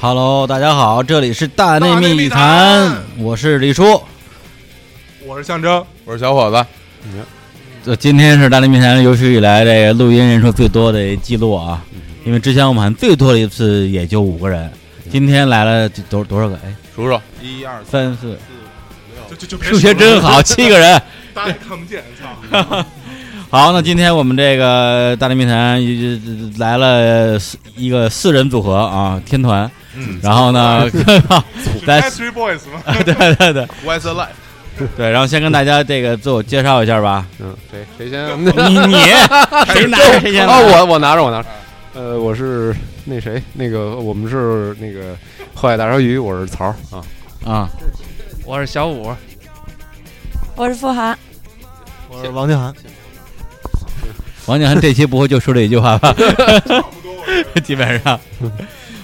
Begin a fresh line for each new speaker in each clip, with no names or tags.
Hello，大家好，这里是大内
大内
密
密
谈
谈，
我是李叔。
我是象征，
我说小伙子，
这呃今天是大内密谈有史以来这个录音人数最多的记录啊，因为之前我们好像最多的一次也就五个人，今天来了这多多少个？哎，
数数，
一二三，
三四，
就就就别
数学真好，七个人。
大家也看不见， 操！
好，那今天我们这个大内密谈呃来了四一个四人组合啊，天团。
嗯，
然后 呢，
是
咱
Three Boys 吗？
对对对
What's Alive？
对，然后先跟大家这个自我介绍一下吧。
嗯，谁谁 先？
你你谁拿着谁先拿？
哦，我我拿着我拿着。
啊
呃，我是那谁，那个我们是那个后海大鲨鱼，我是曹儿啊。
啊，
我是小五，
我是付涵，
我是王静涵，
王景涵这期不会就说这一句话 吧？
差不多，我觉得
基本上。
嗯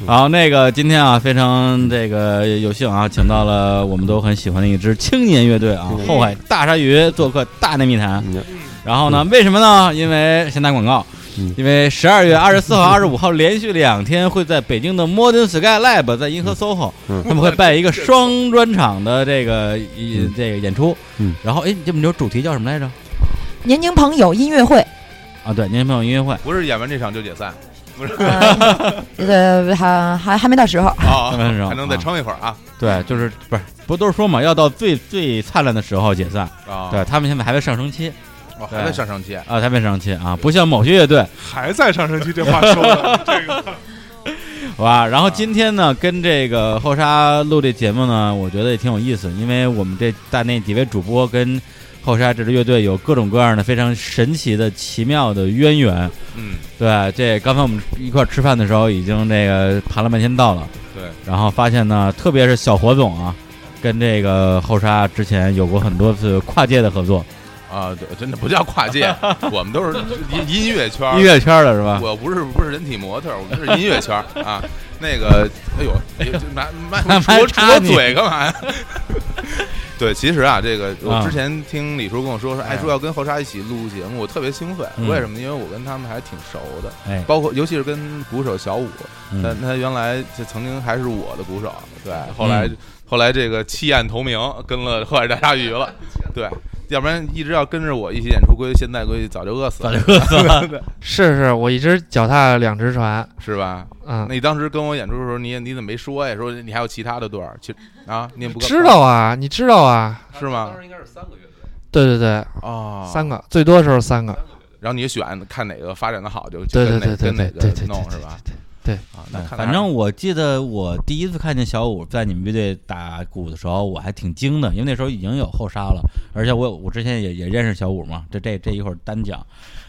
好，那个今天啊，非常这个有幸啊，请到了我们都很喜欢的一支青年乐队啊，
嗯
后海大鲨鱼做客大内密谈。
嗯
然后呢，为什么呢？因为先打广告
嗯。
因为十二月二十四号、二十五号连续两天会在北京的 Modern Sky Lab 在银河 SOHO，
嗯
他们会办一个双专场的这个一
嗯
这个演出
嗯。
然后哎，你这么说主题叫什么来着？
年轻朋友音乐 会，
啊，对，年轻朋友音乐会。
不是演完这场就解散
呃，呃还还还没到时候，
啊，
演完这场
还能再撑一会儿啊
对，就是不是不都是说嘛，要到最最灿烂的时候解散。
啊，
对他们现在还在上升期
哦，还在上升期，
啊，还没上升期啊，不像某些乐队，
还在上升期，这话说的，这个
好吧？然后今天呢，跟这个后沙录这节目呢，我觉得也挺有意思，因为我们这大内几位主播跟后沙这支乐队有各种各样的非常神奇的、奇妙的渊源。
嗯，
对，这刚才我们一块儿吃饭的时候，已经这个盘了半天道了。
对，
然后发现呢，特别是小火总啊，跟这个后沙之前有过很多次跨界的合作，
啊，对，真的不叫跨 界，我们都是音音乐圈儿，
音乐圈的是吧？
我不是不是人体模特儿，我们是音乐 圈儿啊。那个，哎呦，你就拿麦
拿麦
戳
插
戳
你
嘴干嘛呀？ 对，其实啊，这个我
啊
之前听李叔跟我说说，哎，
哎
说要跟后沙一起录节目，我特别兴奋。
嗯
为什么？因为我跟他们还挺熟的，
哎，
包括尤其是跟鼓手小五，
嗯
但他原来就曾经还是我的鼓手，对，后来、
嗯
后来这个弃暗投明，跟了后来大鲨鱼了，对，要不然一直要跟着我一起演出，估计现在估计早就饿死
早
了，
就饿死了。
是是，我一直脚踏两只船，
是吧？
嗯
那，你当时跟我演出的时候，你你怎么没说呀？说你还有其他的队儿，其啊，你也不告
知道啊，你知道啊，
是吗？
对对对，
哦，
三个，最多时候三个，
然后你就选看哪个发展的好就就
对
跟哪
对对对
跟哪
对对
个
对
弄是
对
吧？啊，那
对
看来
嗯反正我记得我第一次看见小五在你们乐队打鼓的时候，我还挺惊的，因为那时候已经有后沙了，而且我有我之前也也认识小五嘛，这这这一会儿单讲。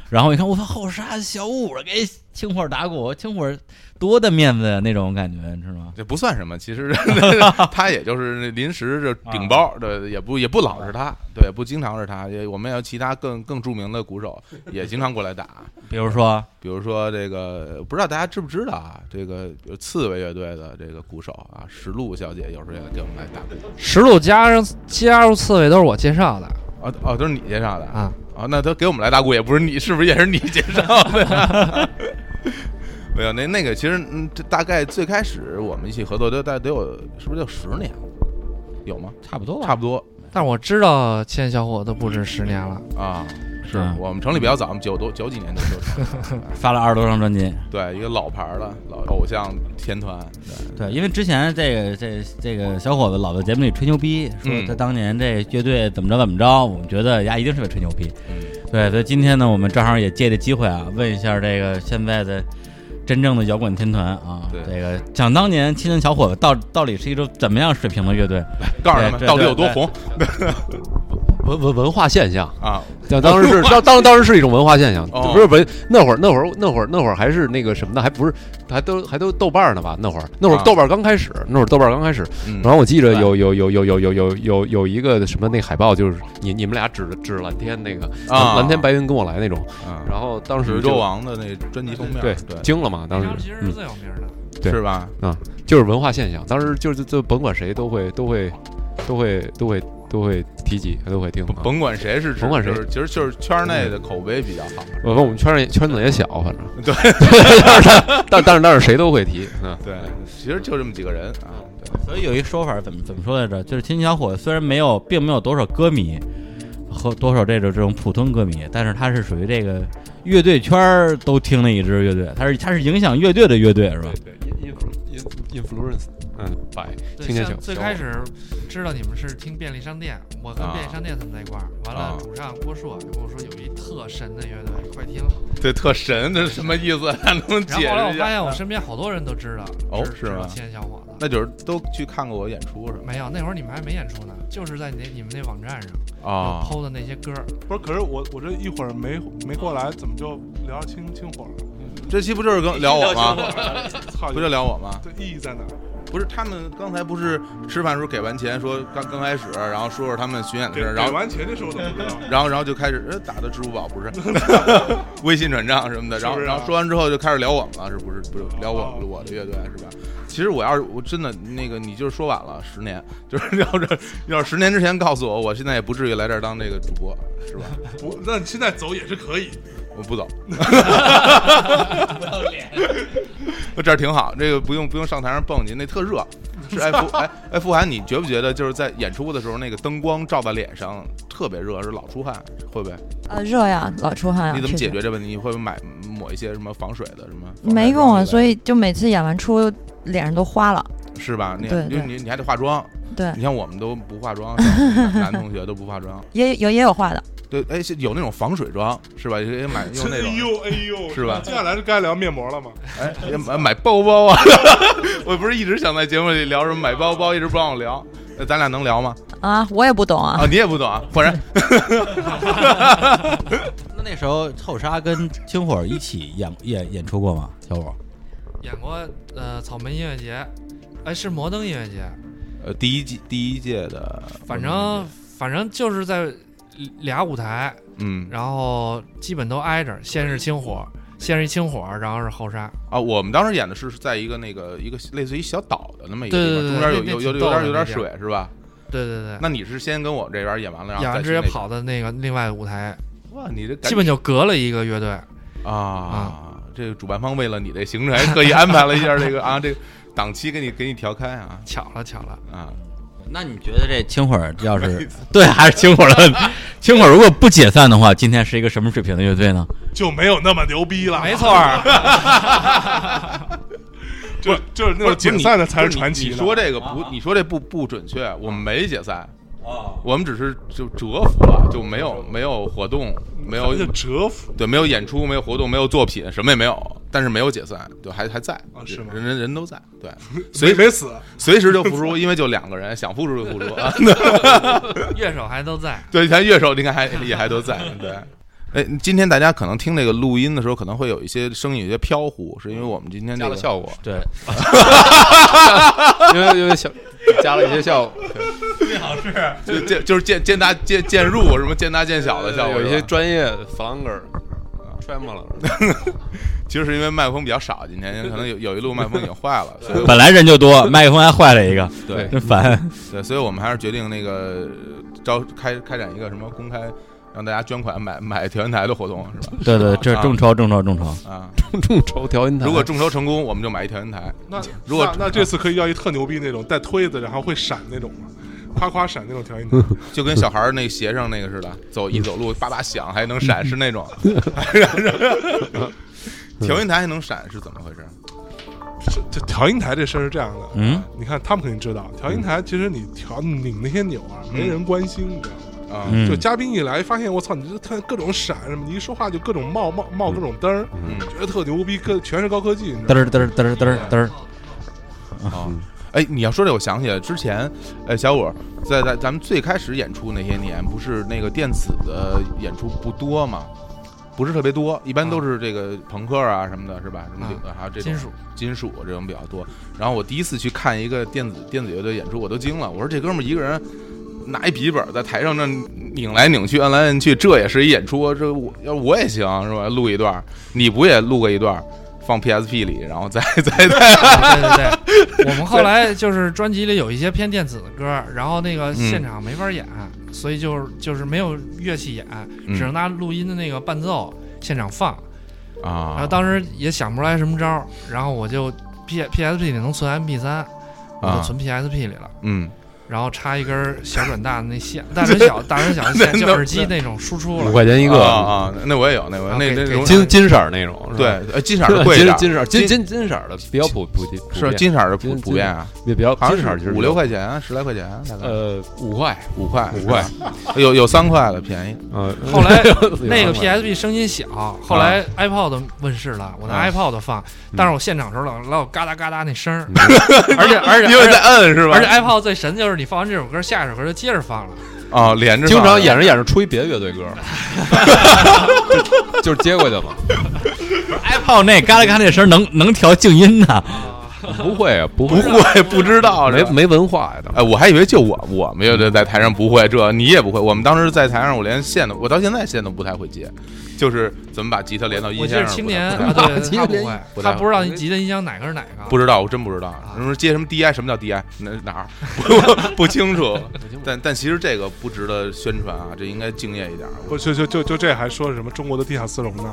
然后一看，我操，后沙小五给青火打鼓，青火多的面子呀，那种感觉，你知道吗？
这不算什么，其实 他也就是临时这
啊
顶包，对，也不也不老是他，对，不经常是他。也我们还有其他更更著名的鼓手也经常过来打，
比如说，
比如说这个不知道大家知不知道啊，这个比如刺猬乐队的这个鼓手啊，石璐小姐有时候也给我们来打鼓。
石路加上加入刺猬都是我介绍的
哦哦，都是你介绍的
啊，
啊，那他给我们来打鼓也不是你，是不是也是你介绍的呀？ 没有，那那个其实嗯，这大概最开始我们一起合作都大概得有，是不是得有十年？有吗？
差不多吧，
差不多
但我知道欠小伙子不止十年了，
啊，是
嗯
我们成立比较早，我们九多九几年就就成立了，
发了二十多张专辑。
对，一个老牌儿的老偶像天团，对
对，因为之前这个这这个小伙子老在节目里吹牛逼，说
嗯
他当年这乐队怎么着怎么着，我们觉得呀一定是在吹牛逼。
嗯，
对，所以今天呢，我们正好也借这机会啊，问一下这个现在的真正的摇滚天团啊，
对
这个想当年青年小伙子到到底是一支怎么样水平的乐队？
告诉他们
对
到底有多
对
红
文文文化现象，
啊！
当当时是当当当时是一种文化现象，
哦
不是不是那会儿那会儿那会儿那会儿还是那个什么的，还不是还都还都豆瓣儿呢吧？那会儿那会儿
啊
豆瓣儿刚开始，那会儿豆瓣儿刚开始。
嗯
然后我记着
对
有有有有有有有有有一个什么那海报，就是你你们俩指着指着蓝天那个
啊
蓝蓝天白云跟我来那种。
嗯
然后当时
宇
就
宙王的那专辑封面，
对
对，
惊了嘛，当时嗯
张其实是最有名的，
对
是吧？
就是文化现象，当时就是就甭管谁都会都会都会都会都会提及，都会听啊。
甭管谁是指，
甭管谁
就是其实就是圈内的口碑比较好。
我问我们圈儿也圈子也小，反正
对
但是但但是但是谁都会提，嗯，
对，其实就这么几个人啊。对
所以有一说法，怎么怎么说来着？就是亲小伙虽然没有，并没有多少歌迷和多少这种这种普通歌迷，但是他是属于这个乐队圈儿都听的一支乐队，他是他是影响乐队的乐队是吧？
对，in influence，嗯，by
对
青年
像
小
最
小
开
伙
始知道你们是听便利商店，我跟
啊
便利商店他们在一块儿，完
啊
了主唱郭硕就跟我说有一特神的乐队，快听。
这特神，这是什么意思？ 还能
然
解
后后来
释
我
一
发
下？
现我身边好多人都知道，
哦
知
是吗
知道青年小伙子。
那就是都去看过我演出是吗？
没有，那会儿你们还没演出呢，就是在你那你们那网站上
啊，
有 PO 的那些歌儿，
不是，可是我我这一会儿没没过来，怎么就聊清清 火了？
这期不就是跟聊我吗？
操，
不就聊我吗？
这意义在哪儿？
不是，他们刚才不是吃饭时候给完钱说刚刚开始，然后说说他们巡演的
给
事儿，然
给
后
完钱的时候怎么知道？
然后然后就开始呃打的支付宝不 是，微信转账什么的，然后
是不是啊
然后说完之后就开始聊我们了，是不是？不是聊我
哦
们我的乐队是吧？其实我要是我真的那个，你就是说晚了十年，就是要是要是十年之前告诉我，我现在也不至于来这儿当这个主播，是吧？
不，那你现在走也是可以。
我不走，不要脸， 这儿挺好，这个不用不用上台上蹦去，那特热。是 哎富哎哎富涵，你觉不觉得就是在演出的时候，那个灯光照在脸上特别热，是老出汗，会不会？
呃，热呀，老出汗呀。啊
你怎么
确
解
实
决这问题？你会不会买抹一些什么防水的什么？
没用啊，所
以
以就每次演完出脸上都花了。
是吧？你
对
因为
对
你你还得化妆，
对，
你像我们都不化 妆，像男同学都不化妆。
也有也有化的，
对，哎，是有那种防水妆是吧？也买用那
哎
种。
呦哎呦，
是吧
接下来是该聊面膜了吗？
哎，买买包包啊！ 我不是一直想在节目里聊什么买包包，一直不让我聊。那咱俩能聊吗？
啊，我也不懂啊
啊，。你也不 懂啊，果然
那那时候后沙跟清火一起演演演出过吗？小伙，
演过呃草莓音乐节，哎是摩登音乐节，
呃，第一季第一届的，
反正反正就是在俩舞台，
嗯
然后基本都挨着，先是清火，先是一清火，然后是后沙，
啊，我们当时演的是在一个那个一个类似于小岛的那么一个
对
地方，中
对对
间有
那
有
那
有有
挺逗
点
的
有点
那地
水是吧？
对对对，
那你是先跟我这边演完了，然后
演
再
完
去
直接
那个哎
跑到那个另外舞台，
哇，你这感
基本就隔了一个乐队，
嗯
啊，这个主办方为了你这行程还特意安排了一下这个啊这个档期给你给你调开啊
巧了巧了，
啊，
那你觉得这清火要 是对还是清火的问题？清火如果不解散的话，今天是一个什么水平的乐队呢？
就没有那么牛逼了。
没错儿，
就就是那
不是
种解
不你
散的才
不
是
你
传奇
你
呢。
说这个不，你说这不不准确，我们没解散。我们只是就蛰伏了，就没有没有活动，没有
就折服，
对，没有演出，没有活动，没有作品，什么也没有，但是没有解散，对，还还在，
啊是吗
人人人都在， 对，
没
随
没死，
随时就复出，因为就两个人，想复出就复出啊。
乐手还都在，
对，咱乐手应该还也还都在。对，哎，今天大家可能听这个录音的时候，可能会有一些声音有些飘忽，是因为我们今天这
加
个
了效果，
对，
因为因为小加了一些 效果，
就见就是见见大见见入什么见大见小的效果，
有一些
是吧
专业 flanger tremolo，
其实是因为麦克风比较少，今天可能有有一路麦克风已经坏了，所以
本来人就多，麦克风还坏了一个，
对
真烦。
对，所以我们还是决定那个呃招开开展一个什么公开让大家捐款买买调音台的活动，是吧？
对对，这众筹众筹众筹，
啊，
众筹调音台。
如果众筹成功，我们就买一调音台。
那
如果
那那这次可以要一特牛逼那种带推子，然后会闪那种吗？夸夸闪那种调音 台，
就跟小孩儿那鞋上那个似的，走一走路叭叭响，还能闪，是那种。 调音台还能闪是怎么回事？
这这调音台这事儿是这样的，啊
嗯，
你看他们肯定知道，调音台其实你调拧那些钮啊，没人关心，你知道吗？
啊、
嗯
就嘉宾一来，发现我操，你这看各种闪什么，你一说话就各种冒冒冒各种灯儿，
嗯
觉得特牛逼，各全是高科技，你知道
嘚
吗？
儿嘚儿嘚儿嘚儿嘚儿，
嗯
啊、哎，你要说这，我想起来之前，呃，小五在在咱们最开始演出那些年，不是那个电子的演出不多嘛，不是特别多，一般都是这个朋克啊什么的，是吧？什么这个还有这种
嗯金属
金属这种比较多。然后我第一次去看一个电子电子乐队演出，我都惊了，我说这哥们儿一个人。拿一笔记本在台上那拧来拧去，摁来摁去，这也是一演出。这我要我也行是吧？录一段儿，你不也录过一段儿，放 PSP 里，然后再再再
对对对，我们后来就是专辑里有一些偏电子的歌，然后那个现场没法演，所以就是就是没有乐器演，
嗯
只能拿录音的那个伴奏现场放。
啊
然后当时也想不出来什么招儿，然后我就 P P S P 里能存 M P 三，我
啊
就存 P S P 里了。
嗯，
然后插一根小转大的 那线，大转小、大转小的线，就耳机那种输出
五
了。
块钱一
一
个，
啊啊，那我也有，那我
啊
那
给
那
给
种
金金色儿那种，是吧
对， 呃，金色儿的 贵一
金
点，
金色儿金
金
金金色儿的比较普普及，普
是
遍
金色儿的
金
普
金
普遍啊，
也比较
好
金色
像
儿
是
就是
五六，块钱，啊十来块钱，大概
呃，五块，
五块
五块，
有有三块的便宜，
呃，
后 来
那
那
啊
个 PSP 声音小，后来 iPod 问世了，我拿
啊
iPod 放，但是我现场时候老老有嘎哒嘎哒那声儿，
嗯
而且而且
因为在摁是吧？
而且 iPod 最神就是你放完这首歌，下一首歌就接着放了，
啊，连着
经
放
常
是吧
演着演着出一别的乐队歌 儿，就就是接过去 了。
iPod 那嘎啦嘎啦那声儿能能调静音呢，
不会啊，不
不
会，啊
会
呃
不知道
没
是吧
没文化呀，他们
哎，我还以为就我我们乐队在台上不会这，你也不会。我们当时在台上，我连线都，我到现在线都不太会接，就是怎么把吉他连到音
我记
箱
得
上不太。
青
不太
年啊，对，他不
不
会，
太
他
会
不知道你吉他音箱哪个是哪个，
不知道，我真不知道。什么接什么 DI，什么叫 DI？哪哪儿？不不清楚。但但其实这个不值得宣传啊，这应该敬业一点儿
不就就就就这还说什么中国的地下丝绒呢，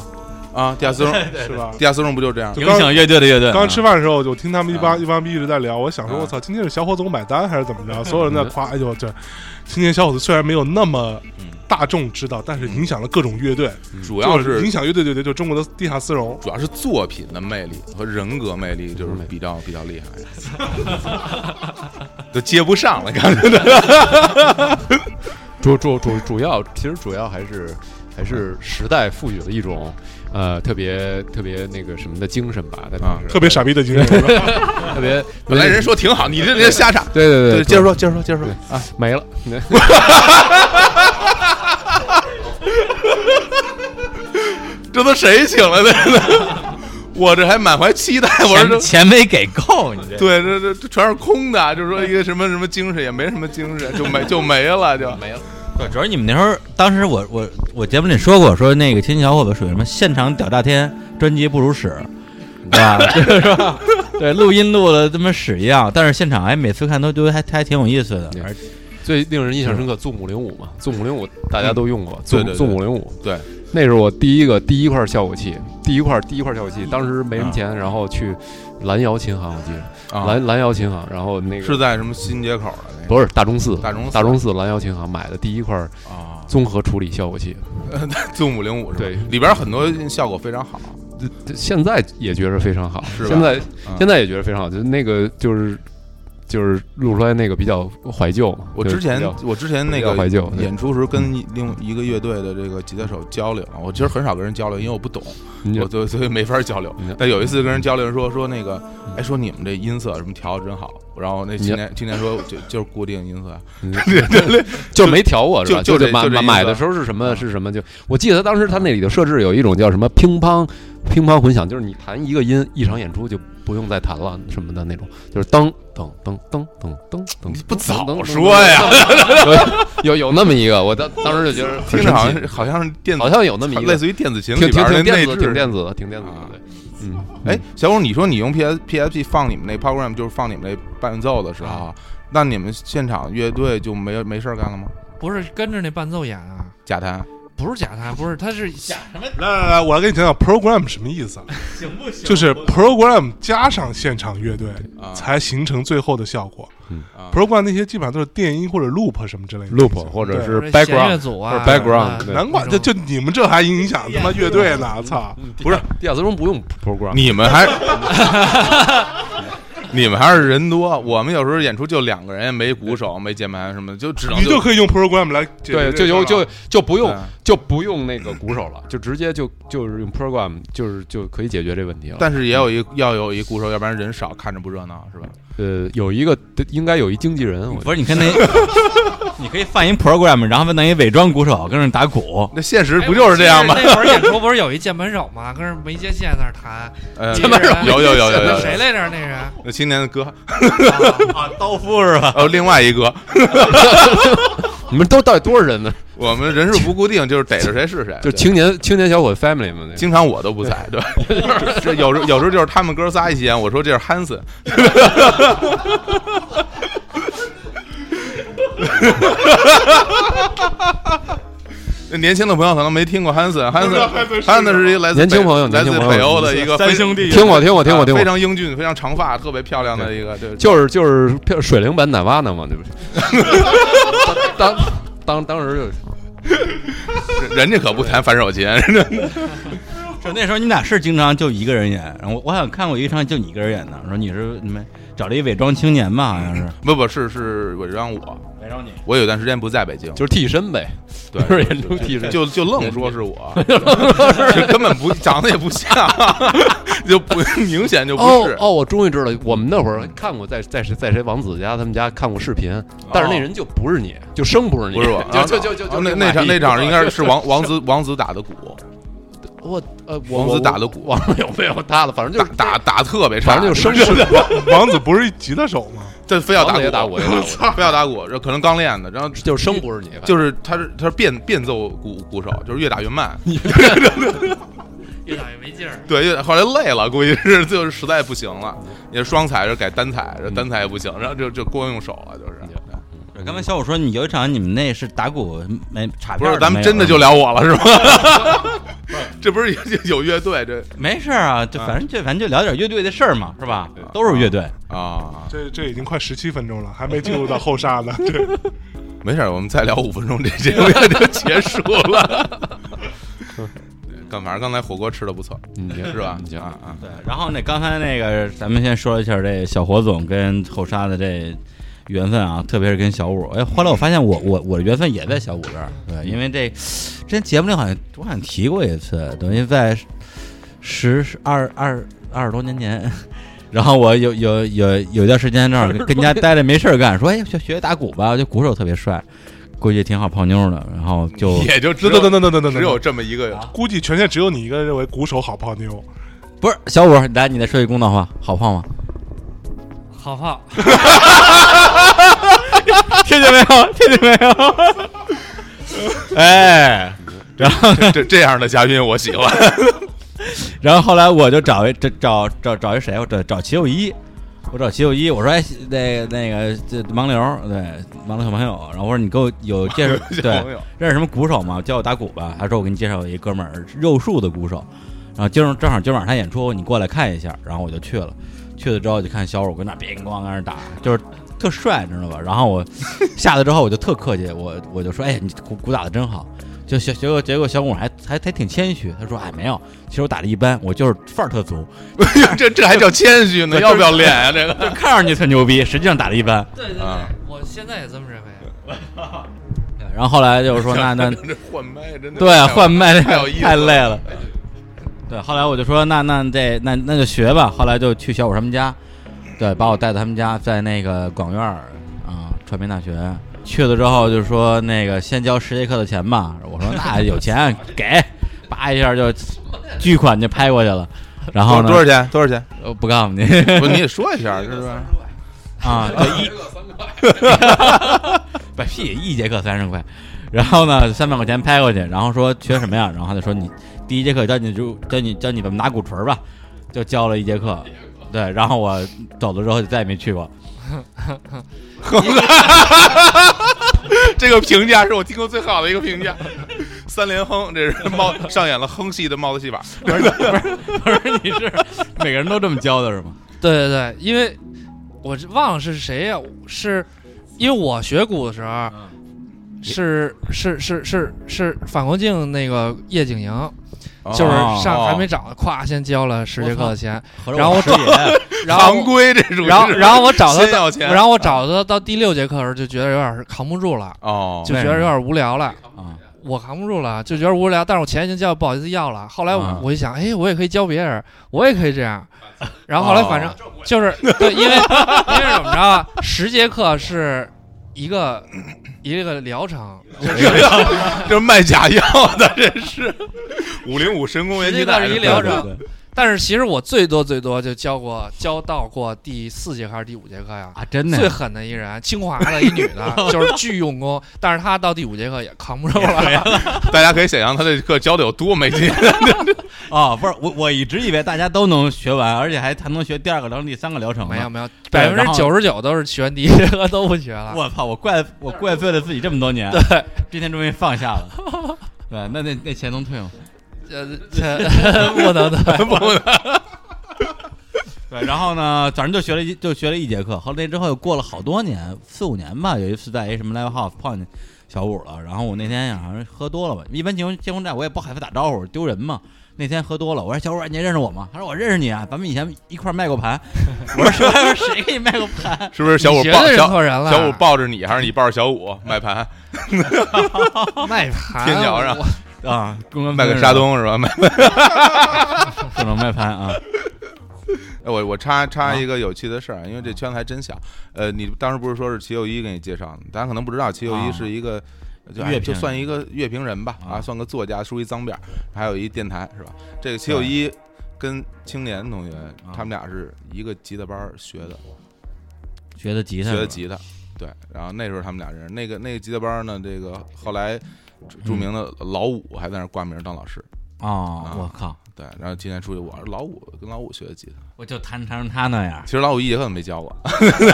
啊。地下丝绒，
是吧？
地下丝绒不就这样？
就
影
刚
响乐队的乐队。嗯
刚吃饭的时候，我就听他们一帮一帮逼一直在聊，我想说，
啊
我操，今天是小伙总买单还是怎么着？所有人
嗯
在夸，哎呦，这今天小伙子虽然没有那么
嗯
大众知道，但是影响了各种乐队，
主要
就是
是
影响乐队，对对，就中国的地下丝绒。
主要是作品的魅力和人格魅力，就是比较比较厉害， 都接不上了，感觉。
主主主主要其实主要还是还是时代赋予了一种呃特别特别那个什么的精神吧，在当时
特别傻逼的经验，
特别
本来人说挺好，你这这瞎扯。
对对对，
接着说，接着说，接着说。
啊没 了，
这都谁请来的？ 我这还满怀期待，我说
钱
这
钱没给够，你这
对，这这这全是空的，就是说一个什么什么精神也没什么精神，就没就没了，就没了。
对主要你们那时候，当时我我我节目里说过，说那个天津小伙子属于什么现场屌炸天，专辑不如屎，对吧？ 就是说，对，录音录的他妈屎一样，但是现场哎，每次看都觉得还还挺有意思的
对，
而
最令人印象深刻 z o 零五嘛 z o 零五大家都用过 z
对
o
对
z o 零五
对，
那是我第一个第一块效果器，第一块第一块效果器，当时没什么钱，然后去蓝瑶琴行，我记得
啊，
蓝蓝瑶琴行，然后那个
是在什么新街口的那个
不是大钟寺
大钟寺
大钟寺蓝瑶琴行买的第一块
啊
综合处理效果器，
，Zoom 零五是吧？
对
里边很多效果非常好。
这这现在也觉得非常好，
是吧
现在
嗯
现在也觉得非常好，就是那个就是就是录出来那个比较怀旧嘛。
我
就
之
是
前
比较
我之前那
比较
个
怀旧对
演出时候跟一另一个乐队的这个吉他手交流，我其实很少跟人交流，因为我不懂，
你
我
就
所以所以没法交流
嗯。
但有一次跟人交流说说那个，哎，说你们这音色什么调的真好。然后那
你
青年青年说就就是固定音 色，啊
就是没调过是吧？
就就
就
这
是买
就这
买
意思啊
买的时候是什么是什么？就我记得当时他那里头设置有一种叫什么乒乓乒乓混响，就是你弹一个音，一场演出就不用再弹了什么的那种，就是噔噔噔噔噔噔
你
噔，
不早
噔噔噔
说呀？
有有那么一个，我当当时就觉得
听
很
着
神
好像
奇
是好像是电子
好，像有那么一个
类，似于电子琴
挺
里
挺
边儿
挺
那啊
电
内
子的，挺
置。
电子的，挺电子的，对，嗯，
哎，小五，你说你用 P S P S P 放你们那 program 就是放你们那伴奏的时候
啊，
那你们现场乐队就没有没事儿干了吗？
不是跟着那伴奏演啊，
假弹
不是假弹，不是，他是
来来来，我来给你讲讲 program 什么意思啊？行不行？就是 program 加上现场乐队，
啊
才形成最后的效果
嗯。
啊
program 那些基本上都是电音或者 loop 什么之类的
loop 或者
对
是
弦乐
background，
组
或
啊
者 background，
什么的
对
难怪就就你们这还影响他妈乐队呢！操，
不是地下丝绒不用 program，
你们还， 你们还是人多。我们有时候演出就两个人，没鼓手，没键盘什么的，就只能
你就可以用 program 来解决
对，就
这个
有
了
就就不用
对
就不用那个鼓手了，就直接就就是用 program，就是就可以解决这问题了。
但是也有一要有一鼓手，要不然人少看着不热闹，是吧？
呃，有一个应该有一经纪人，我
不是，你看那， 你可以放一 program，然后弄一伪装鼓手跟着打鼓，
那现实不就是这样吗
哎？我记得那会儿演出不是有一键盘手吗？跟人没接线在那儿弹，
呃
键盘手
有有有有有，
谁来着？那人
那青年的歌，
啊，刀夫是 吧？
哦，另外一个，
你们都到底多少人呢？
我们人数不固定，就是逮着谁是谁，
就
对
青年青年小伙 family 嘛，那个
经常我都不在，对，这有时候有时候 就是他们哥仨一起演，我说这是汉森， 那年轻的朋友可能没听过汉森，汉森汉森是一来自
年轻
北
朋友
来自
年轻朋
北
友
欧的一个非
弟
听我听我听我
啊
听
非
我，
常英俊、非常长发、特别漂亮的一个，对，
就是就是水灵版奶娃呢嘛，对不对？ 当当当时就
人家可不弹反手琴，
就那时候你俩是经常就一个人演，然后我我好像看过一场就你一个人演的，说你是你们找了一伪装青年吧，好像是
不不是是伪装我，
伪装你，
我有一段时间不在北京，
就是替身呗，
对
就是演出替身，
就就愣说是 我，就根本不长得也不像， 就不明显就不
哦
是。
哦，我终于知道，我们那会儿看过在在谁在谁王子家他们家看过视频，但是那人就不是你，就生不是
哦
你，
不是我，
就就就就就
啊那那场那场应该是王王子王子打 的鼓，
我呃我
王子打的鼓
忘了有没有他了，反正
打
就是
打打特别差，
反正就是生
是
不
王子不是一吉他手吗？
这非要打
王子也打
鼓
鼓也打鼓
非要打鼓，这可能刚练的，然后
就是生不是你，
就是他是他是变变奏鼓鼓手，就是越打越慢，
越打越没劲儿。
对，越后来累了，估计是就是实在不行了，也是双踩，就改单踩，这单踩也不行，然后就就光用手了，就是。
刚才小五说你有一场你们那是打鼓没插
不
片儿
是，咱们
没有
真的
啊
就聊我了是吗？ 这不是有有乐队这
没事儿啊，就
啊
反正就反正就聊点乐队的事儿嘛，是吧
对？
都是乐队，
啊？
这这已经快十七分钟了，还没进入到后沙呢。对，
没事儿，我们再聊五分钟，这这个月就结束了。对干嘛？刚才火锅吃的不错，
嗯
是吧？
行
啊啊，
对，然后那刚才那个，咱们先说一下这小火总跟后沙的这缘分啊，特别是跟小五。哎，后来我发现我我我的缘分也在小五这儿，对，因为这之前节目里好像我好像提过一次，等于在十十二二二十多年前。然后我有有有有一段时间正好跟跟家待着没事儿干，说哎学学打鼓吧，我觉得鼓手特别帅，估计挺好泡妞的。然后就
也就只
等等
有
等等等等
只有
等，
这么一个
估计全县只有你一个人认为鼓手好泡妞。
不是小五，来你再说句公道话，好胖吗？
好泡，
听见没有？听见没有？ 哎，然后
这这样的嘉宾，我喜欢。
然后后来我就找一找找找找一谁？我找找齐友一，我找齐友一，我说哎，那那个这盲流，对盲流小朋友，然后我说你给我有介 绍对
朋友
认识什么鼓手吗？教我打鼓吧。他说我给你介绍一哥们儿，肉树的鼓手。然后今儿正好今儿晚上他演出，你过来看一下。然后我就去了，去了之后就看小五跟那儿叮咣跟那儿打，就是特帅，你知道吧？然后我 下来之后我就特客气，我我就说，哎，你鼓鼓打的真好。就小结果结果小五还还还挺谦虚，他说，哎，没有，其实我打的一般，我就是范儿特足，
这这还叫谦虚呢？要不要脸呀？这
就
个
看上去特牛逼，实际上打的一般。
对对
啊
对，我现在也这么认为。
对然后后来就是 说，那那
这换麦真的
对，啊换麦那
太有
个
意思哎
太累了。对，后来我就说，那那这那那就学吧。后来就去小五他们家，对，把我带到他们家，在那个广院儿啊、传媒大学去了之后，就说那个先交十节课的钱吧。我说 那有钱给，叭一下就巨款就拍过去了。然后呢
多，少钱？多少钱？
呃不告诉你
不，你也说一下，是吧？
啊，对一，摆屁，一节课三十块。然后呢，三百块钱拍过去，然后说缺什么呀？然后他就说你第一节课教你就教你教你怎么拿鼓槌儿吧，就教了一节课。对，然后我走了之后就再也没去过。
这个评价是我听过最好的一个评价。三连哼，这是猫上演了哼戏的猫的戏法。
不是不是你是每个人都这么教的是吗？
对对对，因为我这忘了是谁呀、是因为我学鼓的时候，是是是是是反光镜那个夜景营，
哦
就是上还没长呢，咵先交了十节课的钱，
合着
然后我
师 爷
然后
常规这种，
然后然后我找他
先要
到，
钱
然后我找他到第六节课的时候就觉得有点扛不住了，
哦，
就觉得有点无聊了。
啊，
我扛不住了，就觉得无聊，但是我钱已经交了，不好意思要了。后来我
啊
我一想，哎，我也可以教别人，我也可以这样。然后后来
哦
反正就是对，因为因为怎么着啊，十节课是一个一个疗程，
就是卖假药的，真是五零五神功
十
元
节
气
课
弹
是一
是
疗
吧
对
程。但是其实我最多最多就教过教到过第四节课还是第五节课呀。
啊，真的
最
呀
狠的一人，清华的一女的，就是巨用功，但是她到第五节课也扛不住了。
大家可以想象他这课教的有多没劲。
哦，不是我，我一直以为大家都能学完，而且还还能学第二个疗程、第三个疗程呢。
没有没有，
对
百分
然
之
后
九十九都是学完第一节课都不学了。
我操！我怪我怪罪了自己这么多年，啊对，今天终于放下了。 对，那那那钱能退吗？
呃，这 不能的，
对，然后呢，反正就学了一就学了一节课，后来之后又过了好多年，四五年吧，有一次在一什么 live house 碰见小五了，然后我那天好像喝多了吧，一般情况监控站我也不好意思打招呼，丢人嘛。 那天喝多了，我说小五，你认识我吗？他说我认识你啊，咱们以前一块儿卖过盘。 我说谁我说谁给你卖过盘？
是不是小五
你绝
抱
对认
小
错人啊了。
小五抱着你，还是你抱着小五卖盘
嗯卖盘，
天桥上
我
啊，公关
卖
分
个
是
沙东是吧？卖
不能卖盘啊。
哎我我插插
啊
一个有趣的事儿啊，因为这圈子还真小。呃，你当时不是说是齐友一给你介绍的？大家可能不知道，齐友
啊
一是一个。就
乐
哎
评
就
人
算一个乐评人吧，
啊
啊，算个作家，梳一脏辫儿，还有一电台是吧？这个齐友一跟青年同学，
啊
他们俩是一个吉他班儿学的，
学的吉他，
学的，吉他，对。然后那时候他们俩认识，那个那个吉他班儿呢，这个后来著
嗯
著名的老五还在那儿挂名当老师，
哦
啊，
我靠，
对。然后今年出去，我是老五跟老五学的吉他，
我就弹成他那样
其实老五一节课都没教我，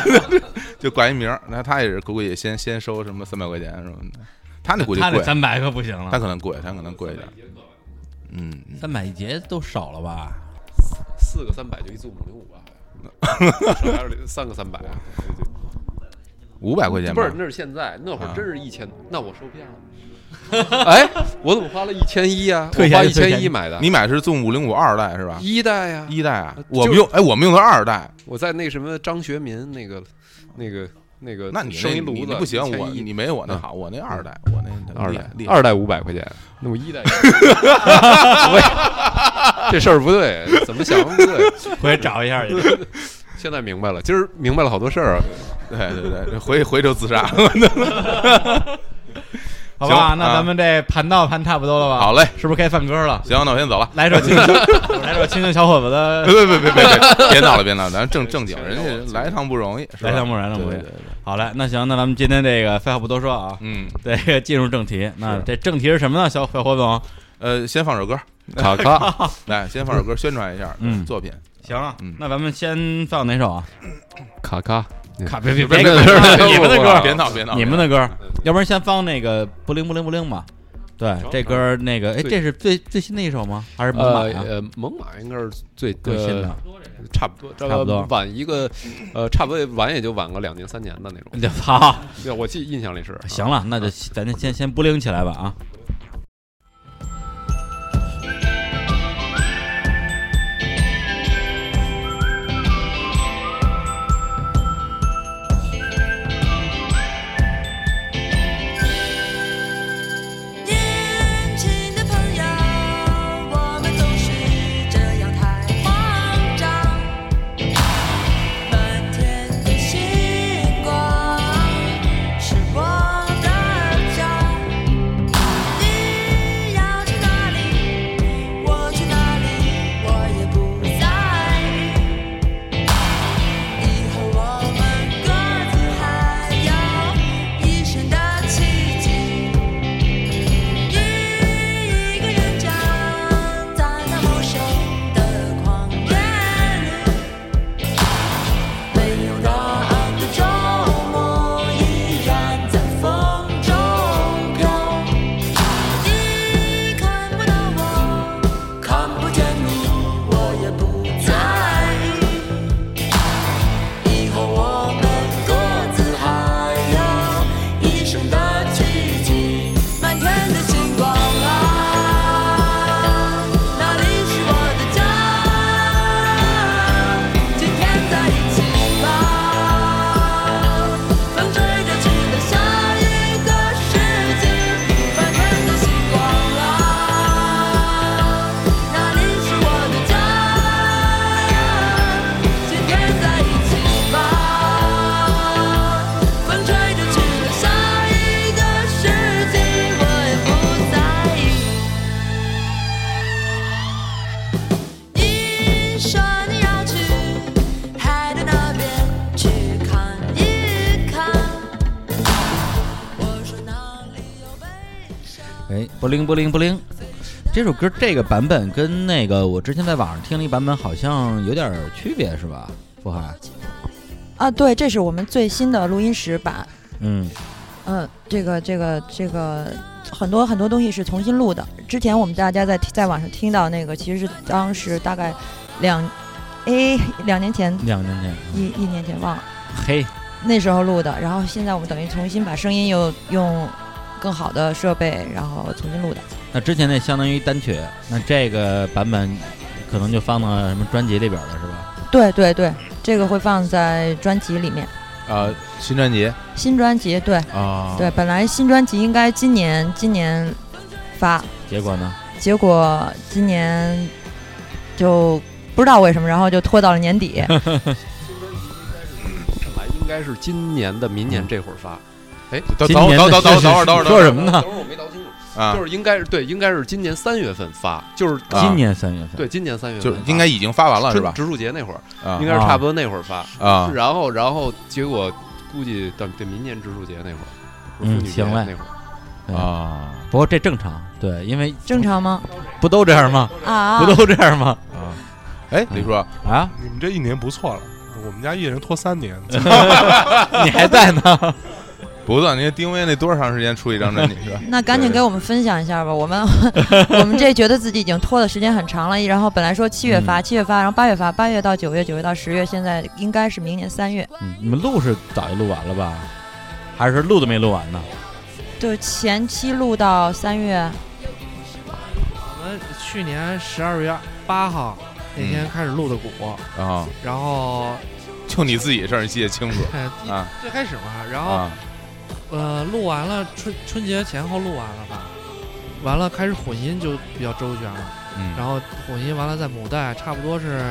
就挂一名儿。那他也是估计也先先收什么三百块钱什么的，他那估计
他那
贵，
三百可不行
他
了，
可能贵，他可能贵一点。嗯，嗯
三百一节都少了吧？
四个三百就一四五零五吧，少还是三 个三百啊？
五百块钱
不
吧
是，那是现在，那会
啊
儿真是一千，那我受骗了。 哎，我怎么花了一千一啊？我
退下
花
去
一
退下
千
去
一买的，
你买的是 Zoom 五零五二代是吧？
一代呀、
一代啊，
就
我们用哎，我们用的二代。
我在那什么张学民那个、那个、那个，
那你
生一炉
你
子
你不行，
1100
我你没
嗯
我那好，我那二代，我那
二
厉
代
害厉害。
二代五百块钱，那我 一代，我也这事儿不对，怎么想都不对。
回去找 一下去。
现在明白了，今儿明白了好多事儿啊。
对对对，回回头自杀。
好
行
吧，
啊
那咱们这盘道盘差不多了吧？
好嘞，
是不是该放 歌了？
行，那我先走了。
来首青青，来首青青小伙子的。
别别别别别，别闹了别闹了，咱正正经，人家来一趟不容易， 是吧
来趟不容易来趟不容易
对对对对
好嘞，那行，那咱们今天这个废话不多说啊，
嗯，
这个进入正题。那
是
这正题是什么呢？小小伙总，
呃，先放首歌，
卡卡，
来，先放首歌宣传一下
嗯
作 品。
行啊
嗯
那咱们先放哪首啊？
卡卡，
卡别别
别
别，
别别别
你们的歌，
别闹别闹，
你们的歌，要不然先放那个不灵不灵不灵吧。对，这歌那个，哎，
最
这是最最新的一首吗？还是猛
呃
犸啊？
呃，猛犸应该是最
最新的
啊
呃，差不多，
差不多
晚一个，呃，差不多晚也就晚个两年三年的那种。
好，
对，我记印象里是。啊
行了，那就咱就先先不灵起来吧啊。
年轻的朋友，我们总是这样太慌张。满天的星光是我的家，
啊啊
哎，不灵不灵不灵，这首歌这个版本跟那个我之前在网上听了一版本好像有点儿区别是吧？不海，
啊，对，这是我们最新的录音室版。
嗯
嗯，这个这个这个很多很多东西是重新录的。之前我们大家在在网上听到那个，其实是当时大概两哎两年前
两年前，
一一年前忘了
嘿，
那时候录的。然后现在我们等于重新把声音又用更好的设备，然后重新录的。
那之前那相当于单曲，那这个版本可能就放到什么专辑里边了是吧？
对对对，这个会放在专辑里面，
啊，新专辑
新专辑对。
啊，
对，，本来新专辑应该今年今年发，
结果呢？
结果今年就不知道为什么，然后就拖到了 年底。
本来应该是今年的明年这会儿发，哎，
等
今
等会
年
儿等
的
等等会儿等会儿等会儿等会
说嗯什么呢？
等会儿我没搞清楚，
儿啊
就，是应该是对，应该是今年三月份发，就是
啊
今年三月份，
对，今年三月份
就是
发
应该已经发完了是
春
吧？
植树节那会儿，
啊
应该是差不多那会儿发，
啊
然后然后结果估计等得明年植树节那会儿，不是
嗯
妇女节
行
那
嘞
会儿，
对。
啊
不过这正常，对，因为
正常 吗？
不都这样吗？
啊啊
不！都这样吗？
啊！哎，李叔，
啊，
你们这一年不错了，我们家一人拖三年，
你还在呢？
不错，您丁薇那多长时间出一张 专辑是吧？
那赶紧给我们分享一下吧，我们我们这觉得自己已经拖的时间很长了，然后本来说七月
嗯
发，七月发，然后八月发，八月到九月，九月到十月，现在应该是明年三月。
嗯你们录是早就录完了吧？还是录都没录完呢？
就前期录到三月，
我们去年十二月八号
嗯
那天开始录的鼓，
啊，
然后
就你自己事儿你记得清楚
哎一
啊
最开始嘛，然后
啊
呃录完了春春节前后录完了吧，完了开始混音就比较周全了。
嗯
然后混音完了再母带，差不多是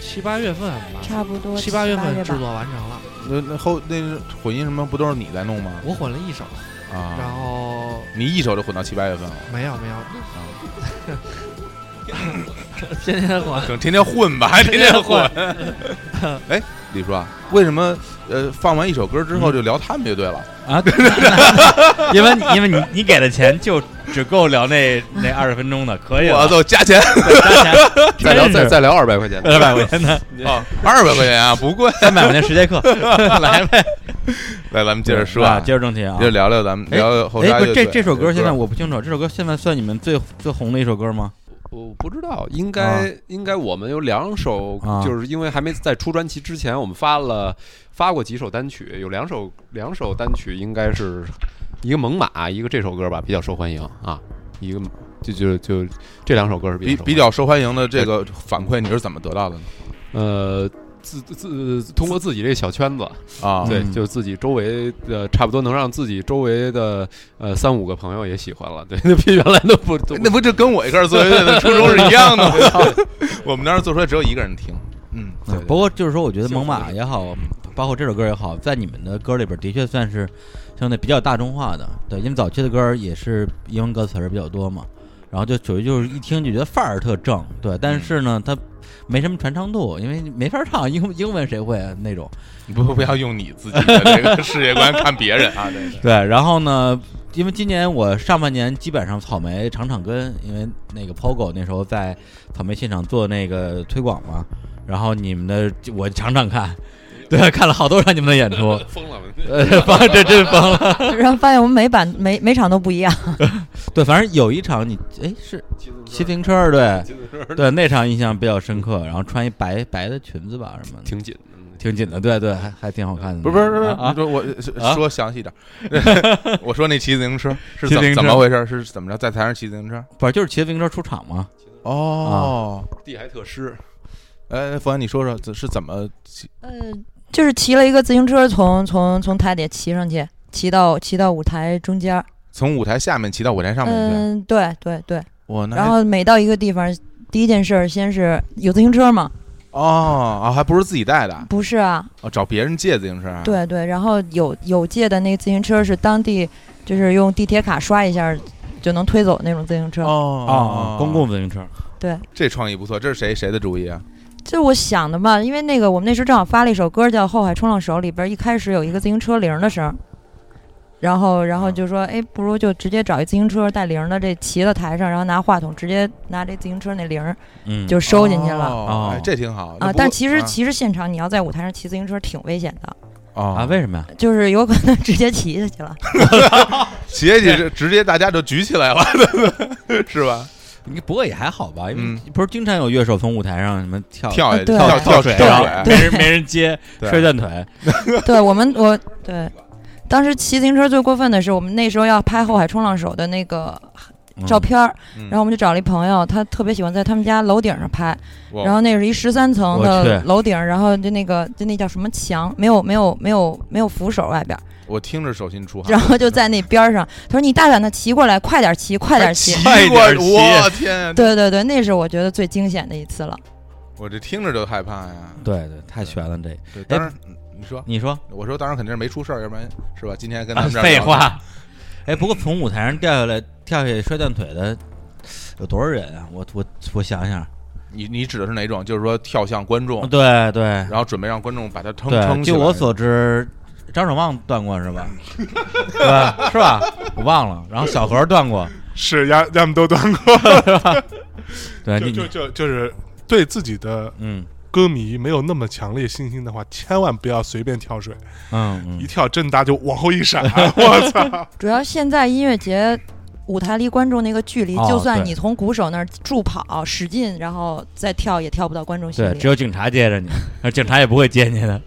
七八月份吧，
差不多
七八月份
吧
制作完成了。
那那后那混音什么不都是你在弄吗？
我混了一首，然
啊，
后
你一手就混到七八月份了，
没有没有，
啊
天天混。
整天天混吧，还天天混
天。
哎，李叔啊，为什么呃放完一首歌之
嗯
后就聊他们乐队了？
啊，因为因为你你给的钱就只够聊那那二十分钟的，可以
我
了。
都加钱
加钱
再聊再
真是
再聊二百块钱，
二百块钱的，
啊，二百块钱啊，不贵。
三百块钱十节课，来呗。
来，咱们接着说
啊，
啊，
接着正题啊
接。着聊聊咱们
哎
聊聊后
哎，
沙
不
乐
是，
队。
这这首歌现在
歌
我不清楚，这首歌现在算你们最最红的一首歌吗？
我不知道，应该、应该我们有两首，
啊
就是因为还没在出专辑之前，我们发了发过几首单曲，有两首两首单曲应该是一个《猛犸》，一个这首歌吧比较受欢迎啊，一个就就就这两首歌是比较
比比
受欢迎
较受欢迎的这个反馈，你是怎么得到的呢？
呃自自通过自己这小圈子，
啊，
对，
嗯
就自己周围的差不多能让自己周围的呃三五个朋友也喜欢了，对，那 比原来都不都
那不就跟我一个人做乐队的初衷是一样的吗？ 我们当时做出来只有一个人听，嗯，对
啊
对
不过就是说，我觉得《猛
幸福
犸》也好，
嗯
包括这首歌也好，在你们的歌里边的确算是相对比较大众化的，对，因为早期的歌也是英文歌词儿比较多嘛，然后就属于就是一听就觉得范儿特正，对，但是
嗯
呢，它没什么传唱度，因为没法唱英英文谁会啊那种，
你不不要用你自己的这个世界观看别人啊，对，
对，然后呢，因为今年我上半年基本上草莓场场跟，因为那个 POGO 那时候在草莓现场做那个推广嘛，然后你们的我场场看，对，看了好多场你们的演出，
疯了，
呃，疯，这真疯了。
然后发现我们每版每每场都不一样。
对，反正有一场你哎是骑自行车儿，对对，那场印象比较深刻。然后穿一白白的裙子吧什么的，
挺紧嗯的。
挺紧的，对对，还还挺好看的。
不是不是不是，
啊
你
啊
说我呃
啊
说详细点儿， 我说那骑自行车 是
骑
怎么
自行车
怎么回事？是怎么着在台上骑自行车？
不是就是骑自行车出场嘛？
哦，
地还特湿，
哎，冯安，你说说这是怎么骑？
呃，就是骑了一个自行车从从从台底骑上去，骑到骑到舞台中间儿。
从舞台下面骑到舞台上面去？
嗯，对对对。
我那
然
还
后每到一个地方，第一件事儿先是有自行车吗？
哦啊，还不是自己带的，
不是啊，
哦，找别人借自行车啊？
对对。然后有有借的那个自行车是当地，就是用地铁卡刷一下儿就能推走那种自行车。
哦哦
啊，公共自行车，
对，
这创意不错，这是谁谁的主意啊？
就是我想的嘛，因为那个我们那时候正好发了一首歌叫《后海冲浪手》，里边儿一开始有一个自行车铃儿的声儿。然后然
啊
后就说，哎，不如就直接找一自行车带铃儿的，这骑到台上，然后拿话筒直接拿这自行车那铃儿
嗯，
就收进去了。
哦哎
哦
这挺好那
啊，
不
但
过
其实
啊
其实现场你要在舞台上骑自行车挺危险的，
啊，
啊，
为什么呀？
就是有可能 直接骑下去了。
鞋底是直接大家就举起来了， 是吧？
你不过也还好吧，因
嗯
为不是经常有乐手从舞台上什么跳
跳下去，
对
跳
啊跳
水，
水啊
跳
然后
水，
没人没人接，
对
摔断腿，
对我们我对，当时骑自行车最过分的是我们那时候要拍后海冲浪手的那个
嗯
照片儿，
嗯
然后我们就找了一朋友，他特别喜欢在他们家楼顶上拍，
哇
然后那是一十三层
我
的
去
楼顶，然后就那个就那叫什么墙，没有没有没有没有扶手外边儿，
我听着手心出汗，
然后就在那边儿上，他说你大胆的骑过来，快点骑，快点骑。
骑过，
哎快点骑
我天啊，
对对对，那是我觉得最惊险的一次了。
我这听着就害怕呀。
对对，太悬了这个。
对，当然嗯你说，
你说
我说当然肯定是没出事儿，要不然是吧？今天跟他
啊
们这儿
废
聊
话，哎，不过从舞台上掉下来跳下去摔断腿的有多少人啊？我我我想想，
你你指的是哪种？就是说跳向观众，
对对
然后准备让观众把他撑撑
嗯对，
起来。
据我所知，张守望断过是 吧？对吧？是吧？我忘了。然后小何断过，
是丫丫们都端过，
对，
就
你
就就就是对自己的
嗯
歌迷没有那么强烈信心的话，千万不要随便跳水，
嗯嗯
一，跳正大就往后一闪，啊 我操！
主要现在音乐节舞台离观众那个距离，
哦
就算
对
你从鼓手那儿助跑使劲，然后再跳也跳不到观众心
对，
里
只。有警察接着 你，而警察也不会接你的，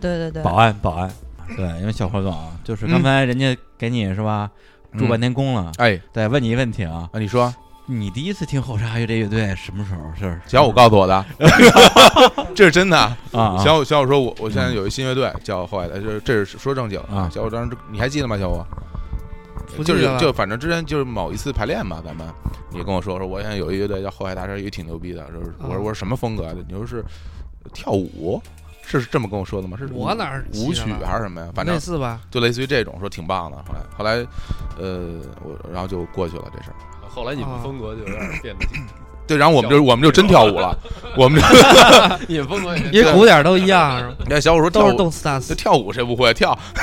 对对对
保，安保安。对，因为小何总啊，就是刚才人家给你是吧，住半天工了，
哎，
对，问你一问题啊，
啊，你说，
你第一次听后沙乐这乐队什么时候？是
小五告诉我 的，这是真的啊。
啊，啊
小五小五说我，我现在有一新乐队叫后来的，这这是说正经的
啊
小五当时你还记得吗？小五，
不记
就
得
是
了
就反正之前就是某一次排练嘛，咱们你跟我说说，我现在有一乐队叫后海大师，也挺牛逼的。就是我说
啊
我说什么风格的？你说是跳舞，是这么跟我说的吗？是
我哪儿
舞
记
曲
得了
还是什么呀？反正
类似吧，
就类似于这种，说挺棒的。后来后来，呃，我然后就过去了这事儿。
后来你们风格就有点变得，
对，然后我们就我们就真跳舞了，我 们就
你们风格也
因为鼓点儿都一样，是吧
你看小五说
都
跳
是
舞，
动次打
这
次。
跳舞谁不会跳？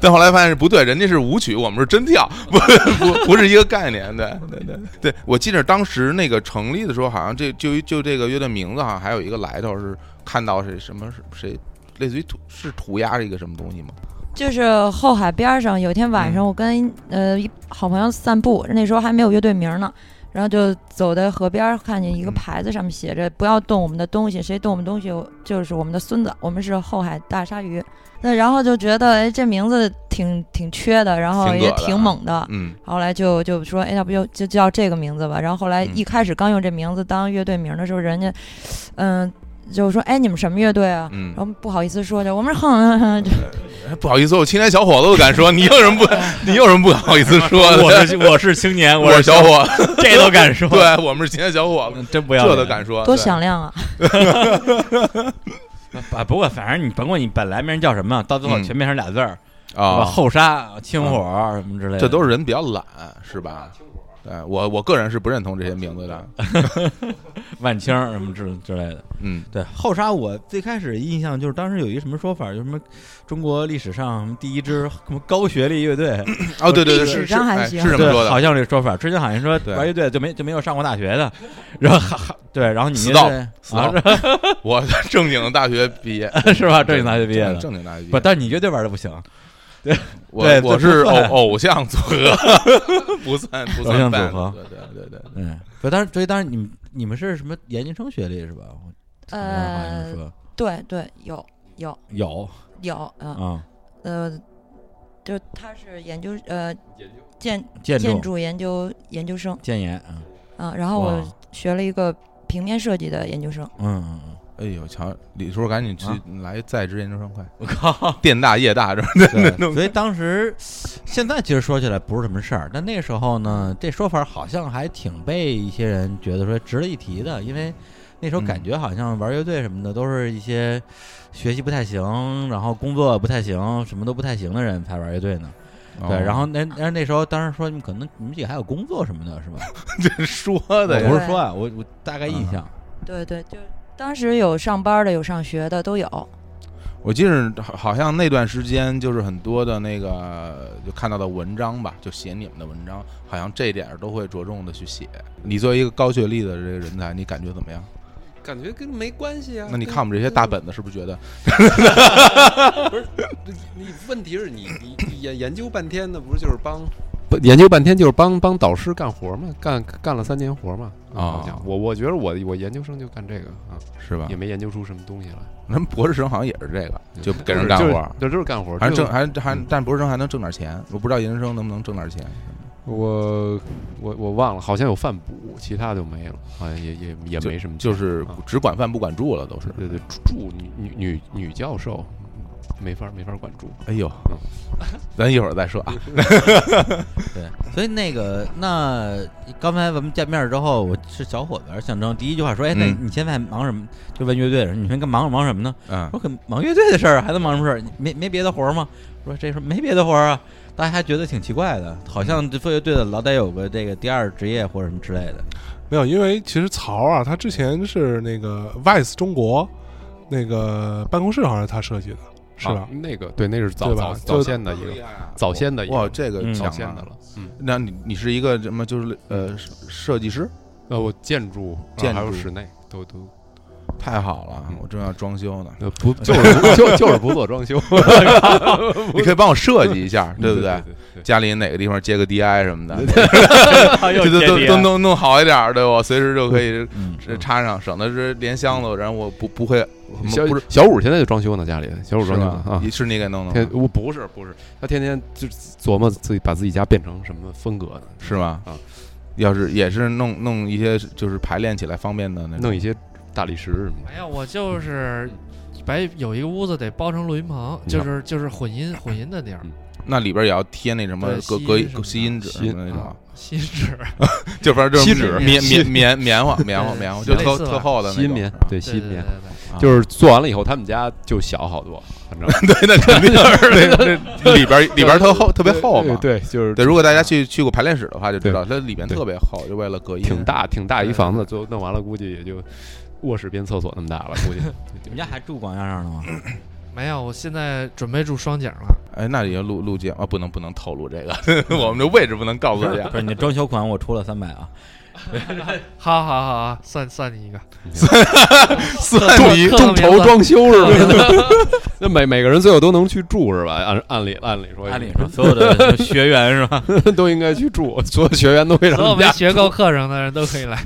但后来发现是不对，人家是舞曲，我们是真跳，不不不是一个概念。对对对对，我记得当时那个成立的时候，好像这就就这个乐队名字好像还有一个来头是看到谁什么是谁。类似于涂是涂鸦的一个什么东西吗？
就是后海边儿上，有一天晚
嗯
上我跟、呃一好朋友散步，那时候还没有乐队名儿呢，然后就走在河边儿，看见一个
嗯
牌子上面写着“不要动我们的东西，谁动我们东西就是我们的孙子”，我们是后海大鲨鱼。那然后就觉得哎这名字挺挺缺的，然后
挺恶
也
的啊
挺猛的。
嗯，
后来就就说，哎，要不就就叫这个名字吧。然后后来
嗯
一开始刚用这名字当乐队名儿的时候，人家，嗯、就说，哎，你们什么乐队啊？
嗯
哦
然后不好意思说，就我们是哼哼哼，就
哎不好意思，我青年小伙子都敢说，你有什么不，你有什么不好意思说的？
哎我是我是青年，
我是小伙，
子，这都敢说，
对我们是青年小伙子，
嗯，真不要
这
脸
都敢说，
多
对
响亮啊！
啊！不过反正你甭管你本来名叫什么，到最后
嗯
全变成俩字儿，是吧
啊！
后沙、清火什么之类的，
这都是人比较懒，是吧？对我我个人是不认同这些名字的，
万青什么之之类的。
嗯
对后沙，我最开始印象就是当时有一什么说法，就什么中国历史上什么第一支什么高学历乐队，
哦对对对，
历
是
史
是
上还
哎
行
是这么
对
说，
好
的，
像有这说法。之前好像说
对
玩乐队就没就没有上过大学的，然后哈哈对，然后你们乐队
死道
啊
我正经大学毕业，
是是啊吧？正经大学毕业的，
正经大学毕
不，
业，
但你乐队玩的不行，
我
对
我
这
是
不
偶
算
偶像组合， 不算不
偶
算
像组
band，
合
对对对对，
嗯，不，当然，所以当然你们你们是什么研究生学历是吧？我好像嗯好像
呃，
说
对对，有有
有
有，嗯、
啊，
呃，就他是研究呃建
建
建
筑
筑研究研究生
建研啊，
啊、然后
哇
我学了一个平面设计的研究生，
嗯嗯嗯，
哎呦，瞧李叔，赶紧去
啊
来在职研究生快，
我靠，
电大业大这
对，所以当时现在其实说起来不是什么事儿，但那时候呢，这说法好像还挺被一些人觉得说值得一提的，因为。那时候感觉好像玩乐队什么的都是一些学习不太行，然后工作不太行，什么都不太行的人才玩乐队呢。对，
哦
然后那那那时候当时说你们可能你们几个还有工作什么的，是吧？
这说的
我
呀
不是说啊，我我大概印象，
对对，就当时有上班的，有上学的，都有。
我记得好好像那段时间就是很多的那个就看到的文章吧，就写你们的文章，好像这一点儿都会着重的去写。你作为一个高学历的这个人才，你感觉怎么样？
感觉跟没关系啊。
那你
跟
看我们这些大，本子，是不是觉得
不是？你问题是你你你研研究半天，那不是就是帮研究半天就是帮帮导师干活嘛？干干了三年活嘛？
啊
好像我我觉得我我研究生就干这个啊，
是吧
也？没研究出什么东西来，
咱们博士生好像也是这个，就给人
是
干活
就是嗯
儿，
就就是干活，
还
就
挣还还但博士生还能挣点钱，我不知道研究生能不能挣点钱。
我我我忘了，好像有饭补，其他就没了，好像也也也没什么钱，
就是
啊
只管饭不管住了，都是。
对对住女女女女教授，没法没法管住。啊
哎呦，咱一会儿再说啊。
对，所以那个，那刚才咱们见面之后，我是小伙子还是象征，第一句话说，哎，那
嗯
你现在忙什么？就问乐队的人，你说你干忙忙什么呢？
嗯
我可忙乐队的事儿啊，还能忙什么事儿？你没没别的活儿吗？我说这事儿没别的活儿啊，大家还觉得挺奇怪的，好像这做乐队的老得有个这个第二职业或者什么之类的。
没有，因为其实曹啊，他之前是那个 Vice 中国那个办公室，好像是他设计的，是吧
啊？那个对，那是早
对
早
吧
早
就
先的一个早先的一
哇，
个
这个强
嗯
早
啊
先的了。嗯，
那你你是一个什么？就是呃，设设计师，
呃，我建筑、
建
啊还有
筑
室内都都
太好了
嗯！
我正要装修呢，
呃 不就是不就就是不做装修，
你可以帮我设计一下，对不
对
对？？
对
家里哪个地方接个 DI 什么 的，
又
这都都
贴地
都
啊
弄弄好一点儿，对我随时就可以
嗯，
这插上，省得是连箱子，然后我不不会，我
小
不是
小五现在就装修呢，家里小五
是
装修呢
吧？
啊。
是你给弄的
天
吗，
我不是不是，他天天就琢磨自己把自己家变成什么风格呢？
是吗
啊？
要是也是弄弄一些就是排练起来方便的那种
弄一些大理石什么
哎呀，我就是把有一个屋子得包成录音棚，
嗯
就是就是混音混音的地儿，
那里边也要贴那什么
对
隔
吸
隔
音什么的
吸音纸
吸
什么的那种，
锡纸。
就反正就是
吸纸
棉
吸
棉棉棉花棉 花
对
棉花，就
对
特
类似吧
特厚的
的，
那种
新棉
是吧
对
对
新
对
棉
对，对对
就是做完了以后，他们家就小好多，反正
对，那肯 定是 对，里边里边特厚，特别厚嘛。
对，就是
对，如果大家去去过排练室的话，就知
对
道它里边
对
特别厚，就为了隔音。
挺大挺大一
对
房子，最后弄完了估计也就卧室变厕所那么大了，估计。
你们 家还住广阳上了吗？
没有，我现在准备住双井了。
哎，那里要录录节目啊，不能不能透露这个， 我们这位置不能告诉大家
不。是，你的装修款我出了三百啊，
好好好啊，算算你一个。
嗯算
重
众众筹装修是吧？ 那每每个人最后都能去住是吧？按按理按理说，
按理说所有的学员是吧？
都应该去住，所有学员都会让
所有
人
没
家
学够课程的人都可以来。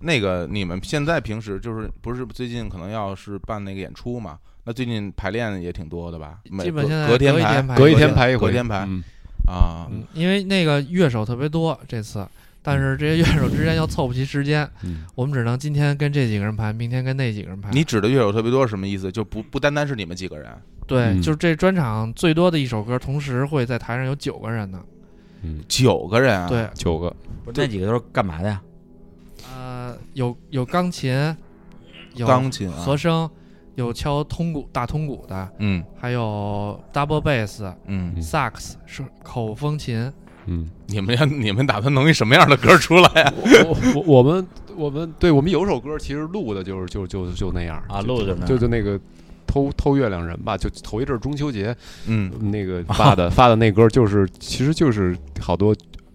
那个你们现在平时就是不是最近可能要是办那个演出嘛？那最近排练也挺多的吧？每
基本
隔
现在
隔天
隔
排
一天，排
隔一天排一回，
隔天排
嗯
啊，
嗯因为那个乐手特别多这次，但是这些乐手之间又凑不齐时间，
嗯
我们只能今天跟这几个人排，明天跟那几个人排。
你指的乐手特别多是什么意思？就不不单单是你们几个人，
对，
嗯
就是这专场最多的一首歌，同时会在台上有九个人呢。
嗯，
九个人啊？，
对，
九个
不是那几个都是干嘛的呀？
呃，有有钢琴，有
钢琴啊
和，声，有敲通鼓大通鼓的，
嗯
还有 double bass、
嗯，
嗯
sax 是口风琴。
嗯，
你们要你们打算弄一什么样的歌出来呀？
我我我们我们对我们有首歌其实录的就是就就就那样
啊，录的呢？
就就那个偷偷月亮人吧，就头一阵儿中秋节
嗯，
那个发 的、发的那歌，就是其实就是好多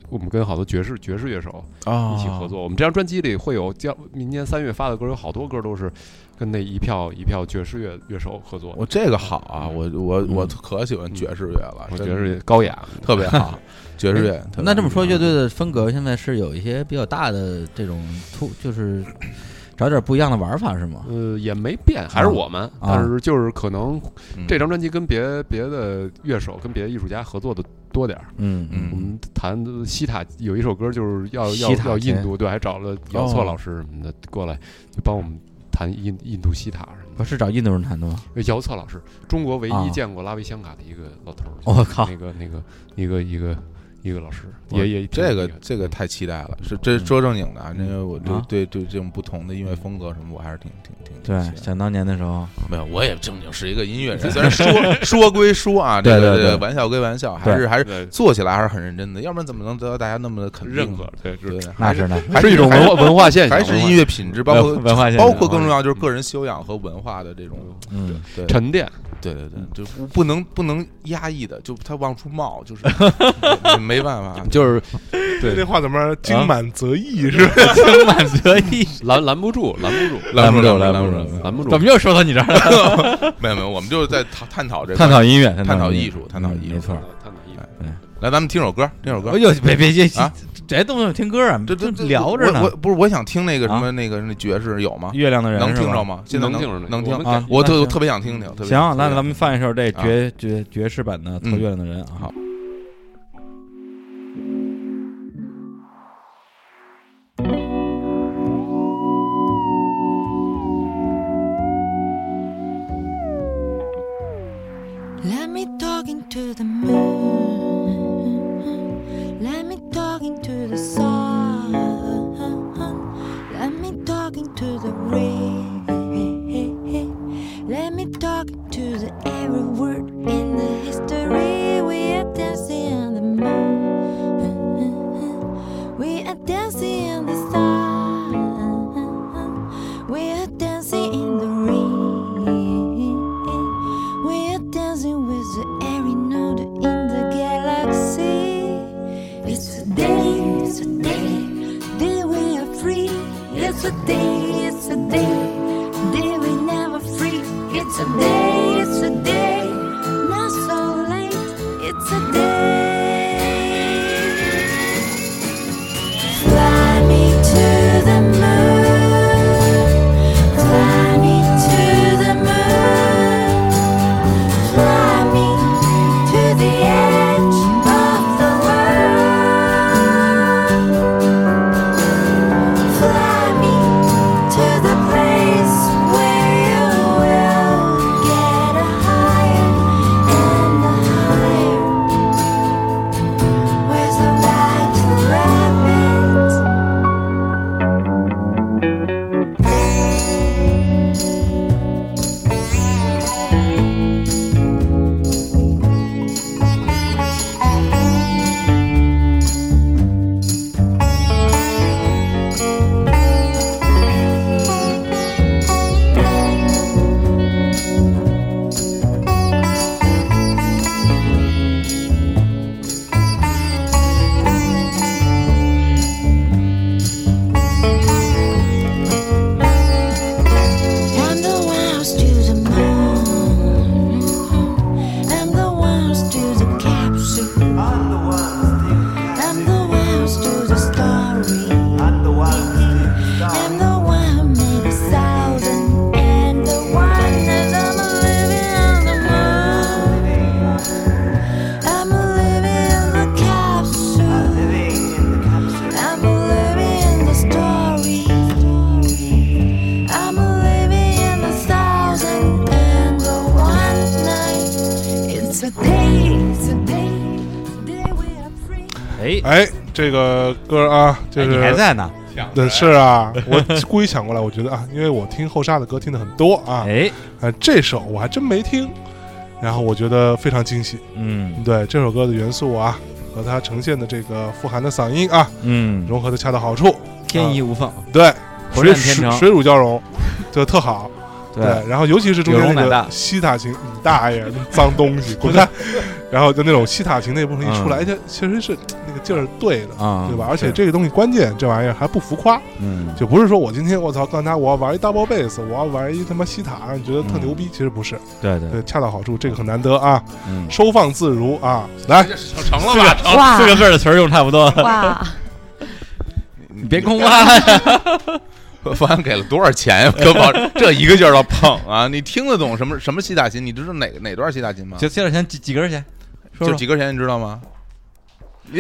我们跟好多爵士爵士乐手
啊
一起合。作。我们这张专辑里会有将明年三月发的歌，有好多歌都是跟那一票一票爵士乐乐手合作。
我这个好啊，我我我
嗯
可喜欢爵士乐了，
我
真
觉
的
得是哎高雅，
特别好，爵士乐。特别
那这么
好
说，乐队的风格现在是有一些比较大的这种突，就是找点不一样的玩法是吗？
呃，也没变，
啊
还是我们，但是就是可能
嗯
这张专辑跟别别的乐手、跟别的艺术家合作的多点儿。
嗯嗯，
我
嗯
们谈的西塔有一首歌就是要要
西塔
要
琴
印度，对，还找了姚策老师什么的过来，就帮我们谈印印度西塔什么
不是找印度人弹的吗？
的。姚策老师，中国唯
啊
一见过拉维香卡的一个老头儿，
哦我靠
那个那个一个一个一个老师，
哇
也也
这个
挺
这个太期待了，是
嗯
这说正经的啊，因为我对
啊
对对这种不同的音乐风格什么，我还是挺挺挺挺
对，
期待的
想当年的时候，
没有，我也正经是一个音乐 人，虽然说说归说啊，这
对
个
对
这
对
个玩笑归玩笑，还是还是
对
做起来还是很认真的，要不然怎么能得到大家那么的肯定
认
呢
可，对，就是
对，
那
还
是那
还
是一种文化文化现象，
还是
文化
音乐品质，包括
文化现象
包括更重要就是个人修养和文化的这种，
嗯，
对
沉淀，
对对对，就不不能不能压抑的，就他往出冒，就是没办 法，啊
就是对
那话怎么
呃
说？精满则溢
嗯
是吧？
情满则溢，
拦拦不住，拦不住，
拦不住
拦
拦不
住
住，
拦不住
怎么又说到你这儿了？
没有没有，我们就是在探探讨这个
探讨音乐，
探
讨
讨
音
艺术探讨
嗯
艺术
没错。
探讨一下
来，咱们听首歌，听首歌
哎。呦，别别别
啊，
这动不动听歌啊，
这
就
这这
聊着呢
我我。不是我想听那个什么
啊
那个那爵士有吗？
月亮的人
能听
是吧
着？吗？现在
能听
着
着呢
能
我
听
们。
啊
感，
我特我
行
特别想听听。特别
行，
想
那
听
咱们放一首这
啊
爵爵爵士版的《偷
嗯
月亮的人》啊。
好
Let me talk into the moon. Let me talk into the sun. Let me talk into the rain. Let me talk to the every word in the history. We are dancing in the moon. We are dancing in the sun. We are dancing in the rain. We're dancing with the every node in the galaxy. It's a day, it's a day, day we are free. It's a day, it's a day, day we never free. It's a day, it's a day, not so late. It's a day. Fly me to the moon. Fly me to the moon. Fly me to the edge of the world. Fly me to the place where you will get a higher and a higher. Where's the white rabbit? I'm the one who's to the moon. I'm the one who's to the capsule. I'm the one who's to the story. I'm the one who made a thousand. And the one that I'm living on the moon. I'm living in the capsule. I'm living in the story. I'm living in a thousand and a one night. It's a day, it's a day, day we are free.
哎，
哎，这个歌啊，就
哎
是
你还在呢？哎
对，是啊，我故意想过来，我觉得啊，因为我听后沙的歌听的很多啊，
哎，
哎，这首我还真没听，然后我觉得非常惊喜。
嗯
对这首歌的元素啊，和它呈现的这个富含的嗓音啊，
嗯，
融合的恰到好处，
天衣无缝，
对，
浑
水
然天
水
成。
水乳交融，就特 好。对，然后尤其是中
有
间
容
那
乃
个
大
西塔琴，你大爷，那脏东西，滚蛋！然后就那种西塔琴那部分一
嗯
出来，哎这其实是那个劲儿对的，
啊，
对吧？而且这个东西关键，这玩意儿还不浮夸，
嗯，
就不是说我今天我操，干他我要玩一 double bass，我要玩一他妈西塔，让你觉得特牛逼，其实不是，
对嗯对，
对，恰到好处，这个很难得啊，
嗯，
收放自如啊，来，
成了 吧？
哇
四个字儿的词儿用差不多，
哇，
你
别空啊 挖呀。
方案给了多少钱呀？可保这一个劲儿的捧啊！你听得懂什么什么西大琴？你知道哪哪段西大琴吗？
就这点钱几几根儿钱？说
就
说
几根弦，你知道吗？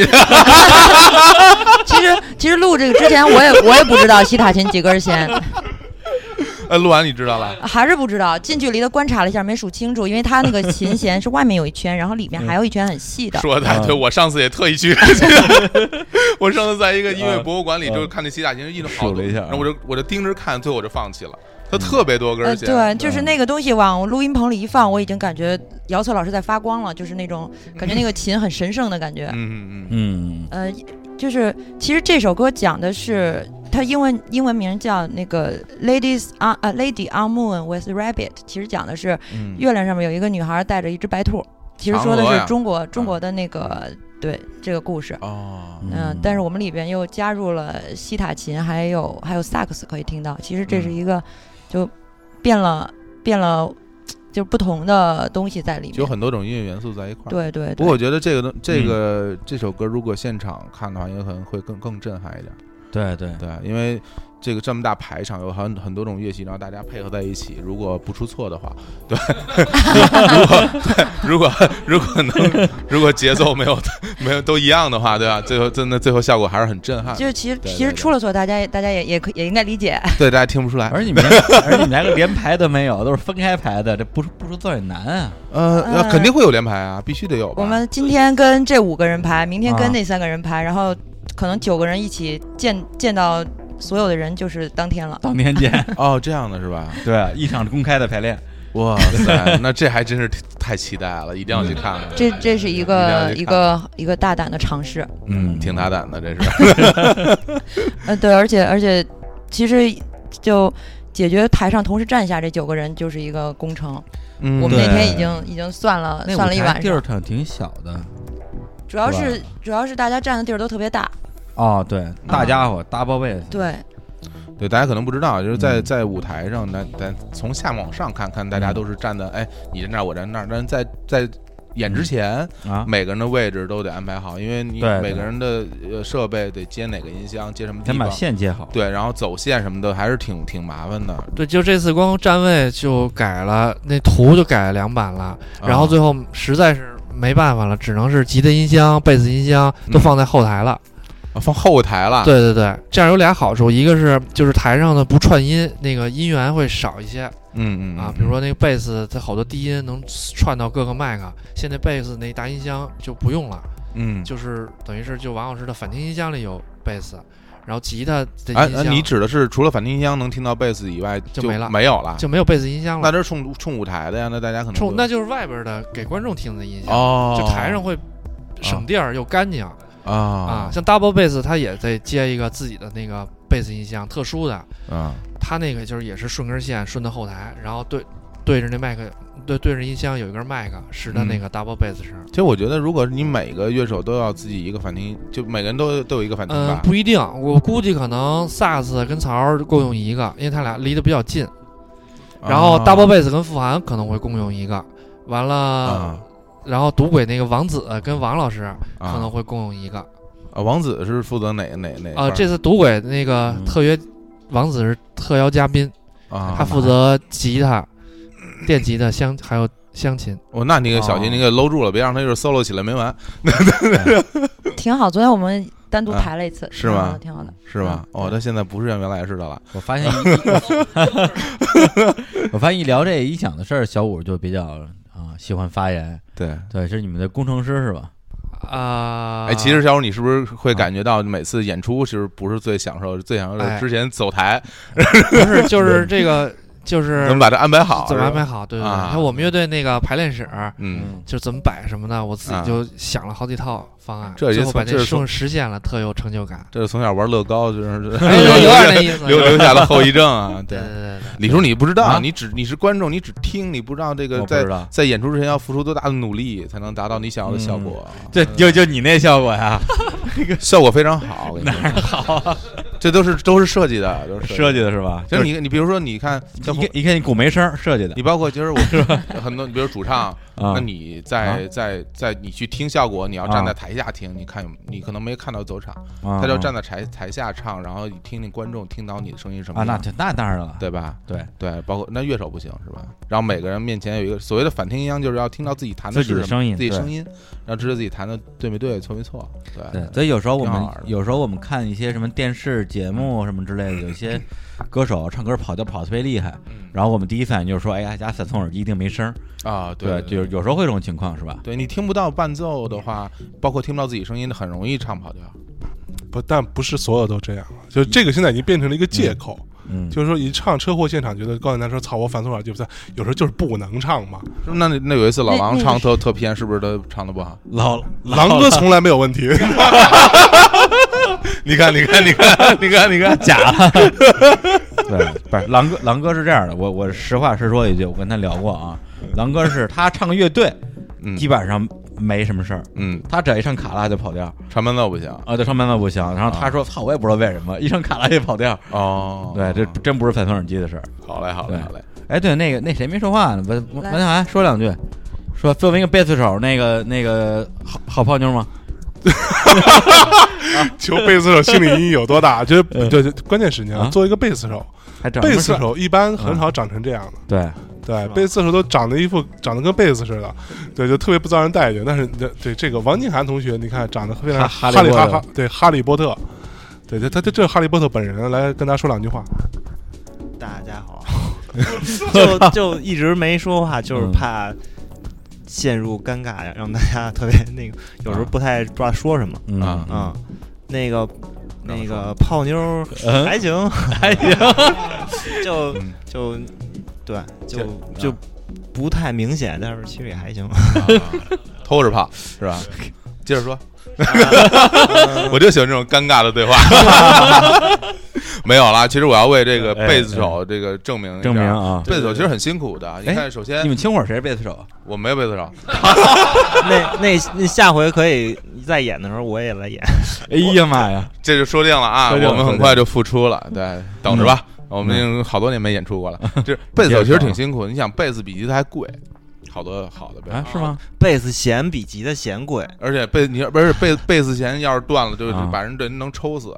其实其实录这个之前我也我也不知道西塔琴几根弦，
呃，录完你知道了，
还是不知道，近距离的观察了一下，没数清楚，因为它那个琴弦是外面有一圈，然后里面还有一圈很细的。
说的太对，
嗯
我上次也特意 去，我上次在一个音乐博物馆里，
嗯
就是看那西塔琴，一直好
数
多，
了一下啊
然后我就我就盯着看，最后我就放弃了。它特别多根
呃，
儿弦，啊嗯
对，就是那个东西往录音棚里一放，我已经感觉姚策老师在发光了，就是那种感觉那个琴很神圣的感觉。
嗯嗯嗯，
嗯
呃，就是其实这首歌讲的是它英文英文名叫那个 Ladies on 啊 Lady on Moon with Rabbit，其实讲的是
嗯
月亮上面有一个女孩带着一只白兔，其实
嫦
说的
娥呀嗯
是中国中国的那个对这个故事。
哦，
嗯，但是我们里边又加入了西塔琴，还有还有萨克斯可以听到。其实这是
嗯
一个就变了变了，就是不同的东西在里
有
面。
很多种音乐元素在一块儿。
对对
不
对
过我觉得这个东这个这首歌如果现场看的话，也可能会更更震撼一点。
对对，
对，啊因为这个这么大排场，有很很多种乐器，然后大家配合在一起，如果不出错的话，对， 如果 对如果如果能如果节奏没有 没有都一样的话，对吧？最后真的最后效果还是很震撼，
就是其实
对对
其实
对啊
出了错，大家也大家也也可也应该理解。
对大家听不出来。
而你 们而你们连个连排都没有，都是分开排的，这不出不出字儿也难啊。
呃，
嗯
呃肯定会有连排啊，必须得有吧。
我们今天跟这五个人排，明天
啊
跟那三个人排，然后可能九个人一起见见到所有的人就是当天了。
当 天见，
哦，这样的是吧？
对，啊一场公开的排练，
哇塞，那这还真是太期待了，一定要去看看。
这这是一
了
个
解
一个一个大胆的尝试。
嗯
挺大胆的，这是。
呃，对，而且而且，其实就解决台上同时站下这九个人就是一个工程。
嗯
我们
对
那天已经已经算了
那
算了一
舞台
晚
地儿
上，
挺挺小的。
主要
是吧
是主要是大家站的地儿都特别大，
哦，对，大家伙 double w e i g
对，
对，大家可能不知道，就是在
嗯
在舞台上，咱咱从下往上看看，大家
嗯
都是站的，哎，你在那儿，我在那儿，但是在在演
嗯
之前，
啊，
每个人的位置都得安排好，因为你
对
每个
对
人的呃设备得接哪个音箱，接什么地
先把
方，
线接好。
对，然后走线什么的，还是挺挺麻烦的。
对，就这次光站位就改了，那图就改了两版了，然后
啊
最后实在是没办法了，只能是吉他音箱、贝斯音箱都放在后台了。
嗯啊放后台了，
对对对，这样有俩好处，一个是就是台上的不串音，那个音源会少一些
嗯，嗯嗯
啊，比如说那个贝斯，它好多低音能串到各个麦克，现在贝斯那大音箱就不用了，
嗯，
就是等于是就王老师的反听音箱里有贝斯，然后吉他的
哎
音，
哎
箱
你指的是除了反听音箱能听到贝斯以外
就
没
没了
有了，
就没有贝斯音箱
那
了，
这是冲冲舞台的呀，那大家可能
冲
就
那就是外边的给观众听的音箱，
哦，
就台上会省地儿又干净
啊
啊。像 Double Bass 它也得接一个自己的那个贝斯音箱，特殊的，
啊
它那个就是也是顺根线顺到后台，然后对对着那麦克对对着音箱有一根麦克使的
嗯
那个 Double Bass 声。
其实我觉得，如果你每个乐手都要自己一个反听，就每个人都都有一个反听
嗯
吧，，
不一定，我估计可能萨斯跟曹儿共用一个，因为他俩离得比较近。
啊
然后 Double Bass 跟傅涵可能会共用一个，完了，
啊
然后赌鬼那个王子跟王老师可能
啊，
会共用一个。
啊王子是负责哪哪哪
啊，
块儿
这次赌鬼那个
嗯
特约王子是特邀嘉宾，
啊，
他负责吉他、电吉他、香还有香琴。
哦，那你给小
哦
心，你给搂住了，别让他就是 solo 起来没完，
挺好。昨天我们单独
啊
排了一次，
是
挺好
吗
的挺好的。
是吧？
嗯
哦，他现在不是像原来似的了，
我发现一，我发现一聊这一想的事儿，小五就比较啊喜欢发言。
对。
对，是你们的工程师是吧？
啊，
哎，其实小五，你是不是会感觉到每次演出其实不是最享受，最享受的
哎
之前走台
不是，就是这个，就是
怎么把这安排好？
怎么安
是吧？
排好？对对对，
啊
还有我们乐队那个排练室
嗯，
就怎么摆什么的，我自己
啊
就想了好几套方案，
这也
最后把
从
这
这是从。
顺实现了，特有成就感
这是从小玩乐高，就是
哎有有点那意思。
留留下了后遗症啊。
对
对
对，对对，
李叔，你不知道，
啊
你只你是观众，你只听，你不知道这个
我不
在
知道
在演出之前要付出多大的努力才能达到你想要的效果，
这就就你那效果 呀，嗯
效果非常好。我跟你说， 这都是都是设计的，都是
设计
的。
的是吧？
就是你你比如说，你看像
一看一看你鼓没声儿设计的
你包括其实我很多，你比如主唱，
啊
那你在在在你去听效果，你要站
啊
在台下听，你看有你可能没看到走场，
啊
他就站在台台下唱，然后听听观众听到你的声音是什
啊，
么
那
样，
这那当然了，
对啊吧？
对，
对，包括那乐手不行是吧？然后每个人面前有一个所谓的反听音箱，就是要听到自己弹的
自
是
己的
什么
声音，
自己
对
声音，然后知道自己弹的对没对、错没错。对
对，所以有时候我
挺好
们
玩的嗯
有时候我们看一些什么电视节目什么之类的，有一些歌手唱歌跑调跑得特别厉害，然后我们第一反应就是说，哎呀，加散送耳机一定没声儿，
啊，
对，就是有时候会有这种情况是吧？
对你听不到伴奏的话，包括听不到自己声音的，很容易唱跑调。
不，但不是所有都这样了，就这个现在已经变成了一个借口。
嗯，
就是说，一唱车祸现场，觉得高晓楠说“操，我反送耳机”，不是，有时候就是不能唱嘛。
那那那有一次老
那
王
那个
唱
是
特特偏，是不是他唱的不好？
老
狼哥从来没有 问题，
你看，你看，你看，你看，你看，
假了。 对，不是狼哥，狼哥是这样的，我我实话实说一句，我跟他聊过啊，狼哥是他唱乐队，
嗯
基本上没什么事儿，
嗯，
他只要一唱卡拉就跑调
唱伴奏不行
啊，对，上班的不行。然后他说，操，我也不知道为什么，一唱卡拉就跑调。
啊哦。
对，这真不是反缝耳机的事儿。
好嘞，好嘞，
对
好嘞。
哎，对，那个那谁没说话呢？文文
来
文小涵说两句，说作为一个贝斯手，那个那个好好泡妞吗？
求贝斯手心理阴影有多大？就是对，对关键时间啊
嗯啊，
作为一个贝斯手，
还长
贝
什么
斯
事儿
手一般很
嗯
少长成这样的。
对，
对，贝斯手都长得一副长得跟贝斯似的，对，就特别不遭人待见。但是对对这个王静涵同学，你看长得非常
哈哈
哈
利
利
波
哈
特
哈，对哈利波特，对，他他这这哈利波特本人来跟大家说两句话。
大家好，就就一直没说 话，就是怕陷入尴尬，让大家特别那个，有时候不太知道说什么
嗯
啊
嗯
啊。那个那个泡妞儿
嗯
还行，
还行，
就
嗯
就对，就
就
啊
就不太明显，但是其实也还 行。
偷着泡是 吧？接着说，
啊
我就喜欢这种尴尬的 对话。没有啦，其实我要为这个
哎
贝斯手这个证明一下
证明啊。
贝斯手其实很辛苦的。你看，首
你
先
们清火谁是贝斯手啊？
我没有贝斯手，
那那那下回可以你再演的时候我也来演。
哎呀妈呀！
这就说定了啊，
说定了嗯
我们很快就复出了，对，等着吧。我们已经好多年没演出过 了，这贝斯手其实挺辛苦。你想，贝斯比吉他还贵，好多好的贝斯
啊，是吗？
贝斯弦比吉他弦贵，
而且贝你要不是 贝贝斯弦要是断了，就
啊
就把人这人能抽死，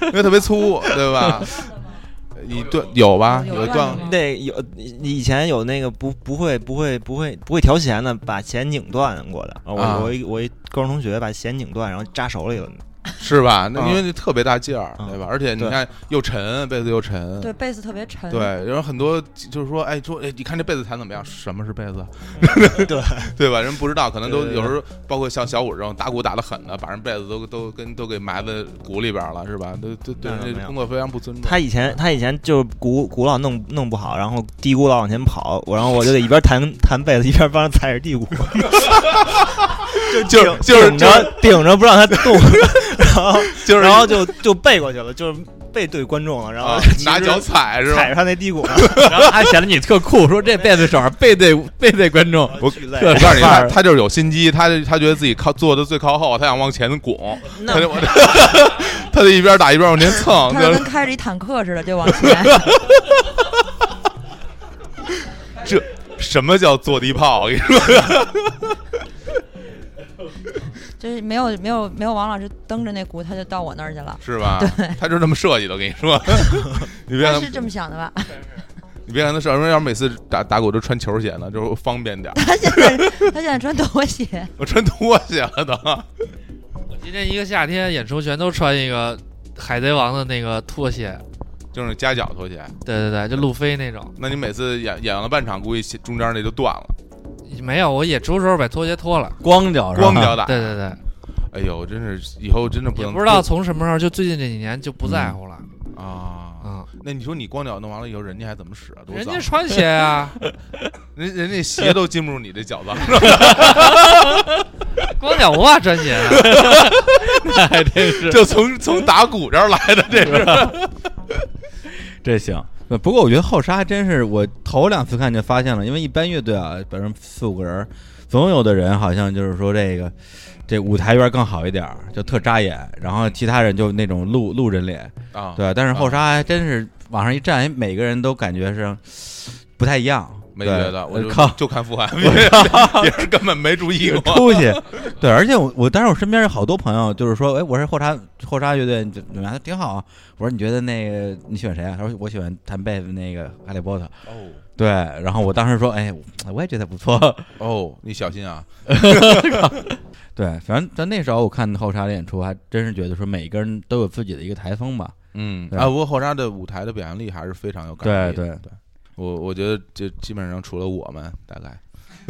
因为特别粗，对吧？你断有
啊
吧？
有
有
断
断
的吗
那有以前有那个不不会不会不会不会调弦的，把弦拧断过的。我、
啊
我一我一高中同学把弦拧断，然后扎 手里了。
是吧？那
啊
因为特别大劲儿，
啊
对吧？而且你
对
看又沉，贝斯又沉，
对，贝斯特别沉。
对，，然后很多就是说，哎，说哎，你看这贝斯弹怎么样？什么是贝斯？
对
对吧？人不知道，可能都
对对
有时候，包括像小五这种打鼓打得狠的，把人贝斯都都跟都给埋在鼓里边儿了，是吧？都都对
那倒
人
没
家
有
工作非常不尊重。
他以前他以前就是鼓鼓老弄弄不好，然后低鼓老往前跑，我然后我就得一边弹弹贝斯一边帮他踩着低鼓，
就是就是就
顶着
是
顶着不让他动， 然后
就是
然后就就背过去了，就是背对观众了，然后
啊
其实
拿脚踩是吧？
踩着他那低鼓，
然后还显得你特酷，说这贝斯手背对背对观众，
我巨累。
这
我告诉你，
范
他
儿
他就是有心机，他他觉得自己靠坐的最靠后，他想往前拱，他就他就一边打一边往前蹭，
他
就是
跟开着一坦克似的 就往前。
这什么叫坐地炮？我跟你说，
就是没有没有没有王老师蹬着那鼓，他就到我那儿去了。
是吧？他就这么设计的，我跟你 说，你别
他
看
是这么想 的吧？
你别看他设计，要是每次打打鼓都穿球鞋呢，就是方便点儿。
他现在他现在穿拖鞋，
我穿拖鞋了都，
我嗯今天一个夏天演出全都穿一个海贼王的那个拖鞋，
就是夹脚拖鞋。
对对对，就路飞那种。
那你每次演演完了半场，估计中间那就断了，
没有，我演出时候把拖鞋脱了。
光脚是吧
光脚打。
对对对，
哎呦，真是以后真啊的不
也
能
不知道从什么时候，就最近这几年就不在乎了。
啊。
嗯，
那你说你光脚弄完了以后，人家还怎么使啊？多
人
脏
家穿鞋啊，
人人家鞋都禁不住你这脚脏，
光脚不怕穿鞋啊的。
还真是
就从从打鼓这儿来的，这是
这行。呃不过我觉得后沙还真是，我头两次看就发现了，因为一般乐队啊，反正四五个人，总有的人好像就是说这个这舞台缘更好一点儿，就特扎眼，然后其他人就那种路路人脸，
啊，
对。但是后沙还真是往上一站，哎每个人都感觉是不太一样，
没
对
觉得，我就
靠
就看富 含，也是根本没注意
有
过。
出息。对，而且我我当时我身边有好多朋友，就是说，哎，我是后沙后沙乐队，你怎么样？挺好啊。我说你觉得那个你喜欢谁啊？他说我喜欢弹贝斯那个哈利波特。
哦，
对，然后我当时说，哎，我我也觉得不错。
哦，你小心啊！
对，反正但那时候我看后沙的演出，还真是觉得说每个人都有自己的一个台风吧。
嗯
对
啊，不过后沙的舞台的表现力还是非常有感
对
对
对
对，我我觉得这基本上除了我们，大概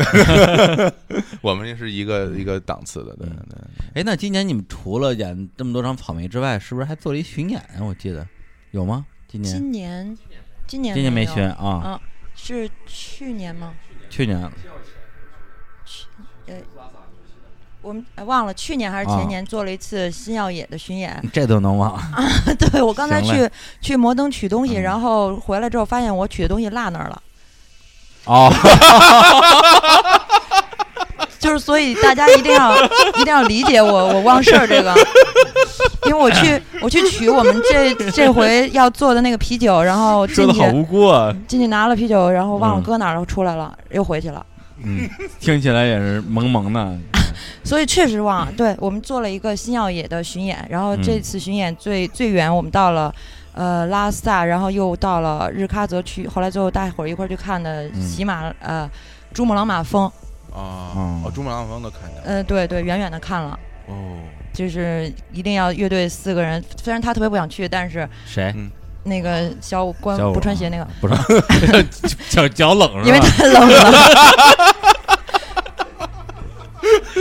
我们这是一个一个档次的，对
嗯
对。
哎，那今年你们除了演这么多场草莓之外，是不是还做了一巡演啊？我记得有吗？今年
今年，今年
今年没嗯
有
巡啊，
啊是去年吗？
去年
我们哎忘了去年还是前
啊
年做了一次新耀野的巡演，
这都能忘，
对我刚才
行
去去摩登取东西，
嗯
然后回来之后发现我取的东西落那儿了，
哦，
就是所以大家一 定要一定要理解我我忘事儿这个，因为我
哎
去我去取我们这这回要做的那个啤酒，然后进
说的好
去
无辜啊，
进去拿了啤酒，然后忘了
嗯
搁哪儿，然后出来了又回去了。
嗯，听起来也是萌萌的，
所以确实忘了。对我们做了一个新耀野的巡演，然后这
嗯
次巡演最、最远我们到了呃拉萨，然后又到了日喀则区，后来最后大伙儿一块儿去看的
嗯
喜马、呃珠穆朗玛峰，
啊
嗯，
哦，珠穆朗玛峰都看见了
呃对对，远远的看了。
哦，
就是一定要乐队四个人，虽然他特别不想去，但是
谁？
那个小五关
小五
不穿鞋那个，
不是 脚脚冷
因
是
为
吧？
太冷了，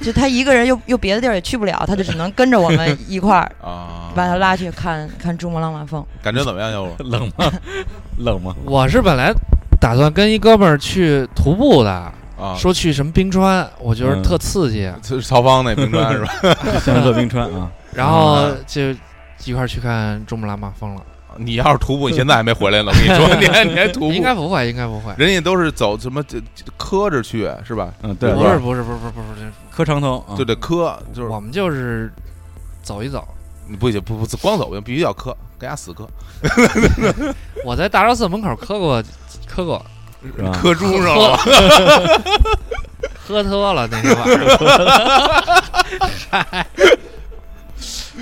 就他一个人又又别的地儿也去不了，他就只能跟着我们一块儿
啊，
把他拉去看看珠穆朗玛峰。
感觉怎么样，要不？
冷吗？冷 吗？
我是本来打算跟一哥们儿去徒步的，
啊，
说去什么冰川，我觉得
嗯
特刺激，
是曹芳那冰 川是吧？
像乐冰川啊，
然后就一块儿去看珠穆朗玛峰了。
啊你要是徒步，你现在还没回来呢，我跟你说，你还你还徒
应
步，
该不会，应该不会。
人家都是走什么这这磕着去是吧？
嗯，对，
不是不是不是不是不是，
磕长头，啊
就得磕，就是
我们就是走一走。
你不行，不不光走不行，必须要磕，跟家死磕，
我在大昭寺门口磕过，磕过，
是吧
磕猪上了。
喝特了那天晚上。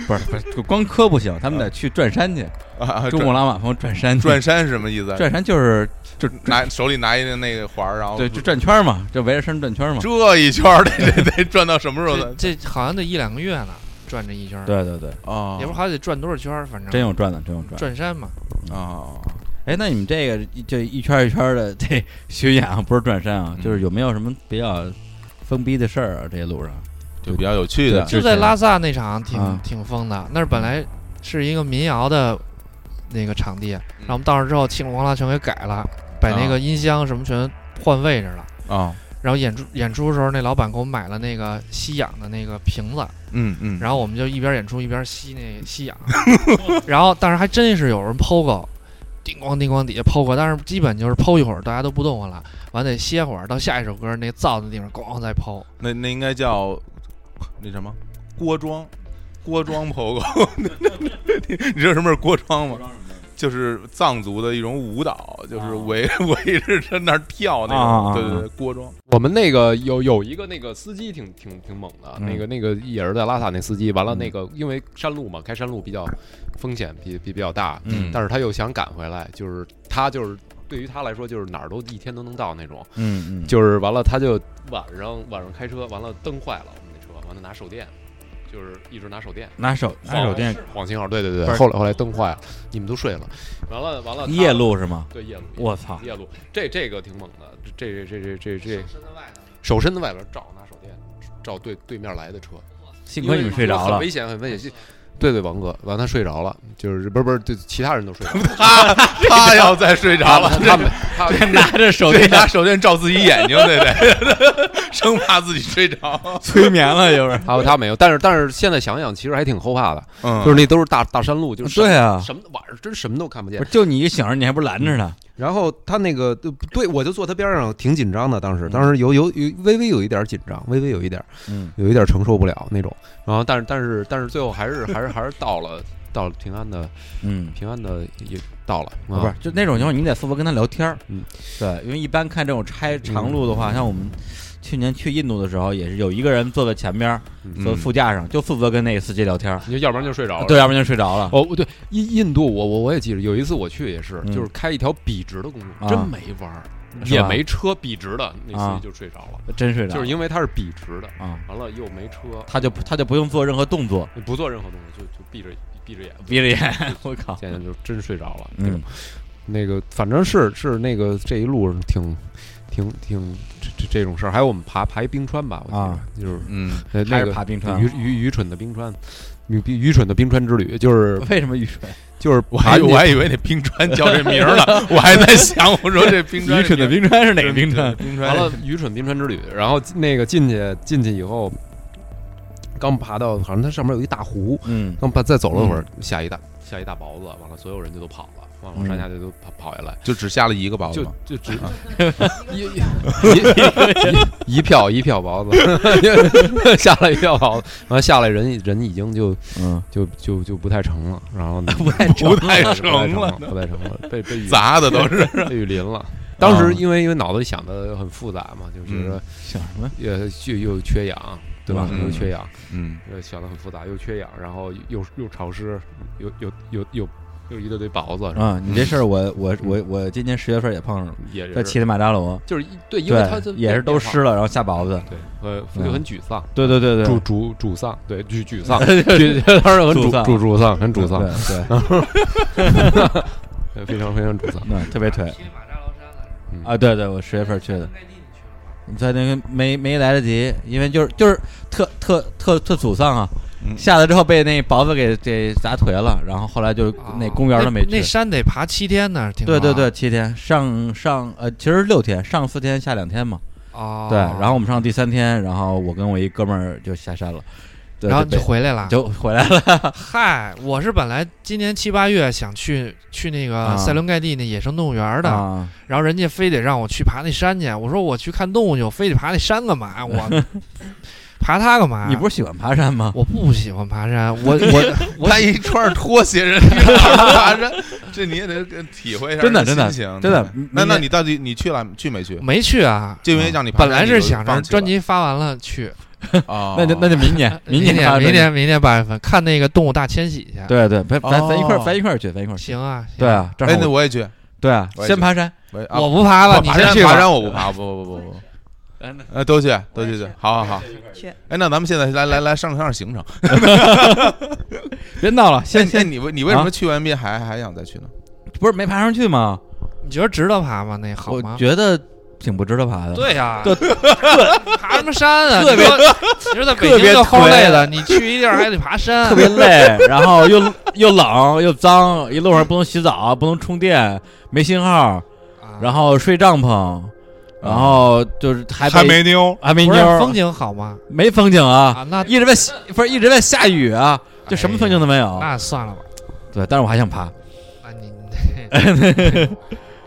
不是不是，就光磕不行，他们得去转山去，
啊，
珠穆朗玛峰转山去，
转山是什么意思？
转山就是
就拿手里拿一个那个环儿，然后
对，就转圈嘛，就围着山转圈嘛。
这一圈儿得得得转到什么时候呢？
这这好像得一两个月呢，转这一圈儿，
对对对，
啊
也不知道还得转多少圈儿，反正
真有转的，真有转。
转山嘛。
啊，
哎，那你们这个就一圈一圈的这巡演啊，不是转山啊，
嗯
就是有没有什么比较疯逼的事儿啊？这些路上
就比较有趣的
对
就在拉萨那场挺、
啊
挺疯的，那儿本来是一个民谣的那个场地，
嗯
然后我们到那儿之后，青龙王啦全给改了，把
啊
那个音箱什么全换位置了。
啊，
然后演出演出的时候，那老板给我们买了那个吸氧的那个瓶子，
嗯嗯，
然后我们就一边演出一边吸那吸氧， 然后但是还真是有人抛过，叮咣叮咣底下抛过，但是基本就是抛一会儿大家都不动了，完得歇会儿，到下一首歌那燥的地方咣再抛，
那那应该叫那什么锅庄，锅庄跑狗， 你你知道什么是锅庄吗？就是藏族的一种舞蹈，就是围 围着在那儿跳那
啊啊啊
种，
啊
对对对，锅庄
我们那个有有一个那个司机挺挺挺猛的，
嗯
那个那个也是在拉萨那司机，完了
嗯
那个因为山路嘛，开山路比较风险比比比较大，
嗯
但是他又想赶回来，就是他就是对于他来说就是哪儿都一天都能到那种，
嗯嗯，
就是完了他就晚上晚上开车，完了灯坏了我们那车，完了拿手电，就是一直拿手电。
拿手拿手电
晃信号，对对对
不
对，
是
后来后来灯坏了，你们都睡了，完了完了，他
夜路是吗？
对夜路，
我操！
夜路，这这个挺猛的，这这这这这这手伸在外边儿照拿手电照对对面来的车，
幸亏你们睡着
因为
了
很危。险很危险。对对，王哥，完了他睡着了，就是不是不是，对其他人都 睡着了，
他要再睡着了，
他们他们
拿着 手
得
电
拿手电照自己眼睛，对得， 生怕自己睡着。
催眠了， 就是。
他他没有，但是但是现在想想，其实还挺后怕的，
嗯
就是那都是大大山路，就是什么
对啊，
什么晚上真什么都看不见
不。是就你一醒着，你还不拦着他？
然后他那个对对，我就坐他边上，挺紧张的。当时当时有有有微微有一点紧张，微微有一点。
嗯，
有一点承受不了那种。然后，但是但是但是最后还是 还是还是到了到了平安的
嗯，
平安的也到了，啊、
不是，就那种情况，你得负责跟他聊天儿。
嗯，
对，因为一般看这种拆长路的话，像我们去年去印度的时候，也是有一个人坐在前边儿，
嗯
坐在副驾上，就负责跟那个司机聊天儿，
你就要不然就睡着了。
对，要不然就睡着了。
哦，不对，印印度我我我也记着，有一次我去也是，
嗯
就是开一条笔直的公
啊
路，真没弯儿，
是
也
吧
没车，笔直的，那司
啊
机就睡着了，
真睡着了，
就是因为它是笔直的，
啊，
完了又没车，
他就他就不用做任何动作，
不做任何动作，就就闭着闭着眼，
闭着眼， 我靠，
现在就真睡着了。
嗯，
那个反正是是那个这一路上挺挺挺这这这种事儿，还有我们爬爬一冰川吧，我记得、
啊
就是
嗯，
呃
还
那
是
个
爬冰川啊
愚，愚愚蠢的冰川，愚愚蠢的冰川之旅， 就是
为什么愚蠢？
就是
我还
爬那
哎我还以为那冰川叫这名儿呢， 我还在想，我说这冰川
愚蠢的冰川是哪个冰川？
冰
完
川
了愚蠢冰川之旅，然后那个进去进去以后，刚爬到好像它上面有一大湖，
嗯
刚爬再走了会儿，下一大下一大雹子，完了所有人就都跑了，完了上
嗯
下就都跑跑下来。
就只下了一个包子
就
嘛，
就只
啊
一一一一票一票雹子， 下来一票雹子，完了下来人人已经就
嗯，
就就就不太成了，然 后呢
不太成
不太
成了
了，不太成了，被 被雨
砸的都是。
被雨淋了。当
啊
时因为因为脑子里想的很复杂嘛，就觉得
想什么？
也又又缺氧，对吧？
嗯
又缺氧，
嗯，
呃想的很复杂，又缺氧，然后又又潮湿，又又又又又一大堆雹子，
啊，你这事儿我我我我今年十月份也碰上了，
也
在
是
乞力马扎罗，
就是一对，因为它
对，也是都湿
了，
了，然后下雹子，
对，呃，就很沮丧。
对对对
主
对，
主主丧，对，沮沮 丧，沮当时很
主
主
丧
主主丧，很主丧
对，对，
对非常非常主丧。
那嗯特别腿
去马扎罗山了，
啊，对对，我十月份去的。在那个没没来得及，因为就是就是特特特特沮丧啊！
嗯
下来之后被那雹子给给砸颓了，然后后来就那公园都没去。
哦啊那山得爬七天呢，挺
对对
麻
对，七天上上呃，其实六天，上四天下两天嘛。
哦，
对，然后我们上第三天，然后我跟我一哥们儿就下山了，对
然后你
就
就
被
回来了，
就回来了。
嗨，我是本来今年七八月想去去那
啊
个塞伦盖蒂那野生动物园的，
啊，
然后人家非得让我去爬那山去，我说我去看动物去，我非得爬那山干嘛？ 我爬它干嘛？
你不是喜欢爬山吗？
我不喜欢爬山，我我我
他一穿着拖鞋人去爬山，这你也得体会一下
真的
这
真的
心情
真的
对
明
那那
明
你到底你去了去没去？
没去啊。
就因为让你爬
本
山
来
你
是
就
想着
放弃
专
了
辑发完了去，
哦，
那就那就明年，
年
年啊
明年明年八月份看那个动物大迁徙去。，
对对，别咱咱一块儿
哦
咱一块儿去，咱一块儿去。
行啊，行
对，啊，正好
哎，那
我
我也去，
对啊，
我也
先
去
爬山。
我也啊
我不爬了，
不
你
爬
先
山
去
爬
吧。
山我不爬，不不 不不
哎
不，呃，都去都去去，好好好。
去
哎，那咱们现在来来来商量商量行程。
别闹了，先
哎哎
先
你为你为什
啊
么去完斌还还想再去呢？
不是没爬上去吗？
你觉得值得爬吗？那好
我
吗？
觉得挺不值得爬的。
对呀、
特
爬什么山啊？
特
你
别
说，其实在北
特
京
别
就齁累
颓
的，你去一地儿还得爬山，
特别累，然后又又冷又脏，一路上不能洗澡，不能充电，没信号，
啊
然后睡帐篷，然后就是还被
还没妞，
还没
不
妞
是
儿，
风景好吗？
没风景啊，
啊，那
一直在下不是一直在下雨啊，就什么风景都没有。
那算了吧，
对，但是我还想爬，
那你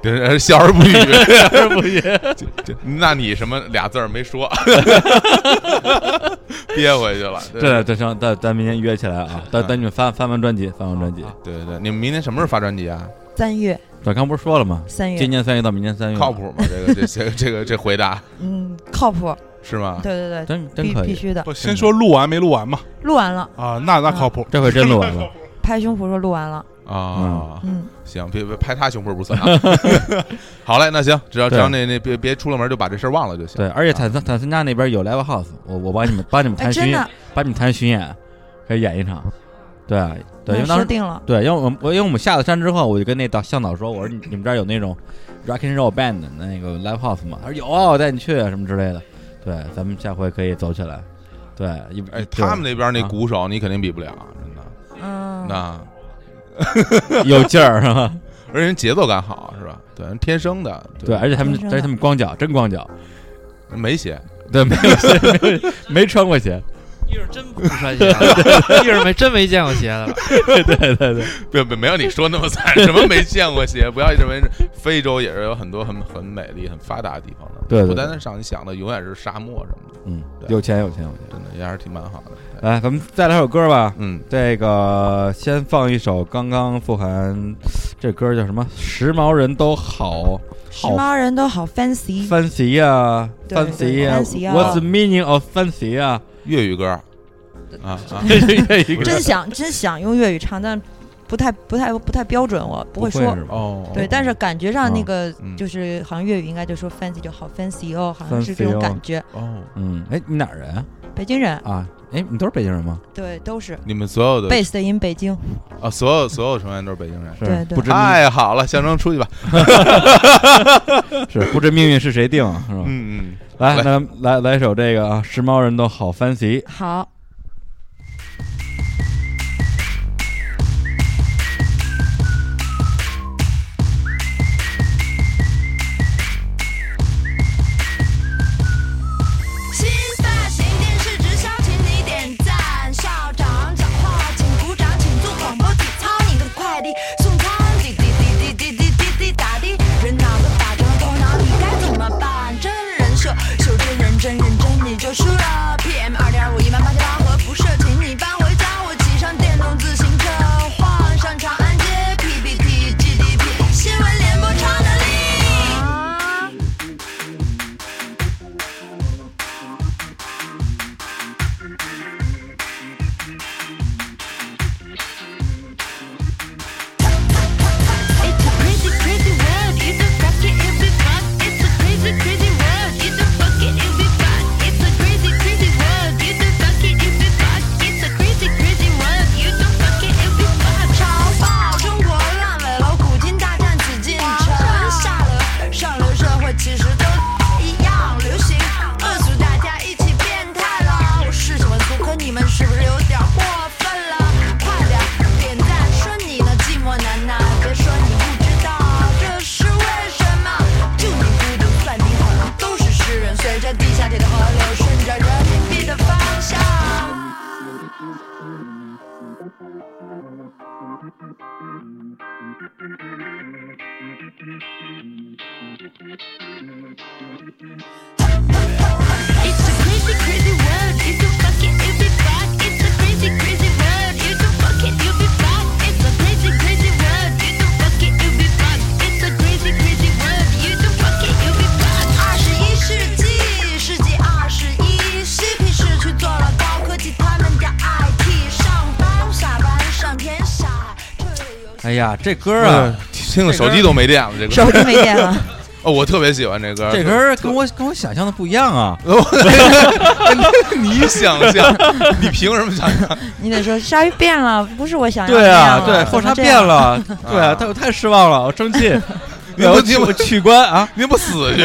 对，笑而 不语，笑而不 语。那你什么俩字儿没说，憋回去了。
对对对，行，咱咱明天约起来啊，等等你们翻翻完专辑，翻完专辑，
对对，你们明天什么时候发专辑啊？
三月、
咱刚不是说了吗？
三
今
月，
年三月到明年三月，
靠，谱吗？这个这这这个这回答
嗯，靠谱，
是吗？
对对对，
真啊真
必
可
必
以，
须的。
不先说录完没录完嘛？
录完了，
啊，那那靠谱。
这回真 录完了，
拍胸脯说录完了，
啊，
嗯，
行，别别拍他胸脯不算啊。 好嘞，那行，只要只
对
要那那别别出了门就把这事儿忘了就行。
对，而且坦桑坦桑加那边有 live house，我我帮你 们帮你们
哎，
谈巡
真
演
的，，
把你们谈巡演，可以演一场。对啊对，因为
那
当
说
时
定了，
对，因为我们我因为我们下了山之后，我就跟那导向导说，我说你你们这儿有那种 rock and roll band 的那个 live house 吗？他说有啊，我带你去啊什么之类的。对，咱们下回可以走起来。对，一
哎
对，
他们那边那
啊
鼓手你肯定比不了，啊真的。
嗯，
那
有劲儿是吧？
而且人节奏感好是吧？对，人天生的。
对，而且他们
天生
而
的
且他们光脚，真光脚，
没鞋，
对，没有鞋，没有没穿过鞋，
一会儿真不穿鞋了，一会儿没真没见过鞋 的了。
对对对，
不不没有你说那么惨， 什么没见过鞋，不要认为非洲也是有很多很很美丽、很发达的地方的，
对对
不
对
单单上你想的永远是沙漠什么的，
嗯，
对
有钱有钱有钱。
真的也还是挺蛮好的。对
来，咱们再来首歌吧。
嗯，
这个先放一首刚刚富含这歌叫什么？时髦人都好
时
好
髦人都好 fancy，
fancy 呀
对
，fancy
对
呀
fancy 啊
，What's the meaning of fancy 呀？
粤语歌儿啊 啊，
真想真想用粤语唱，但不太不太不太标准，我不会说。
是吧？
哦
对，但是感觉上那
哦
个
嗯
就是好像粤语应该就说 fancy 就好 fancy 哦，好像是这
fancy 哦
种感觉。
哦，
嗯，哎，你哪儿人啊
北京人
啊？哎，你都是北京人吗？
对都是
你们所有的
based in 北京，
啊，所有所有成员都是北京人。
是
对对
不知命
太好了，象征出去吧。
是不知命运是谁定，啊是吧？
嗯嗯，
来，那来来一首这个啊，时髦人都好 fancy。
好。
新发型电视直销，请你点赞。校长讲话请鼓掌，请做广播体操。你的快递送餐，滴滴滴滴滴滴滴滴答滴。人脑子打成了头脑，你该怎么办？真人设，袖珍认真认真你就输了。PM 二点五一万八千八核辐射，请你搬回家。我骑上电动自行车，换上长安街 PPT GDP 新闻联播超能力。It's a crazy, crazy world. It's a factory, it's a fun. It's a crazy, crazy world. It's a fucking, it's a fun. It's a crazy, crazy world. It's a factory, it's a fun. It's a crazy, crazy world. It's a fucking, it's a fun. 潮爆中国烂尾楼，古今大战紫禁城，下流上流社会其实都一样流行，恶俗大家一起变态了。我是喜欢俗，可你们是不是有点过分了？快点点赞，说你呢，寂寞难耐，别说你不知道，这是为什么？就你孤独算你好，都是诗人，随着地下铁的河流，顺着人民币的方向。It's a crazy, crazy world. It's a fucking epic fun. It's a crazy, crazy world. It's a fucking epic fun. It's a crazy, crazy world. It's a fucking epic fun. It's a crazy, crazy world. It's a fucking epic fun. 二十一世纪，世纪二十一，嬉皮士去做了高科技，他们叫 IT。上班下班上天下。
哎 呀，这歌啊，
听的手机都没电了。这歌
手机没电了，
哦，我特别喜啊欢这歌。
这歌跟我跟我想象的不一样啊。
你想 象，你凭什么想象？
你得说鲨鱼变了，不是我想要 的
对
那样
啊，
了
对，
怎么
后沙
这
变
样，
了， 对啊，但我太失望了，我生 气，
你
我
不
取
你
我
不
取关 啊！
你不死去？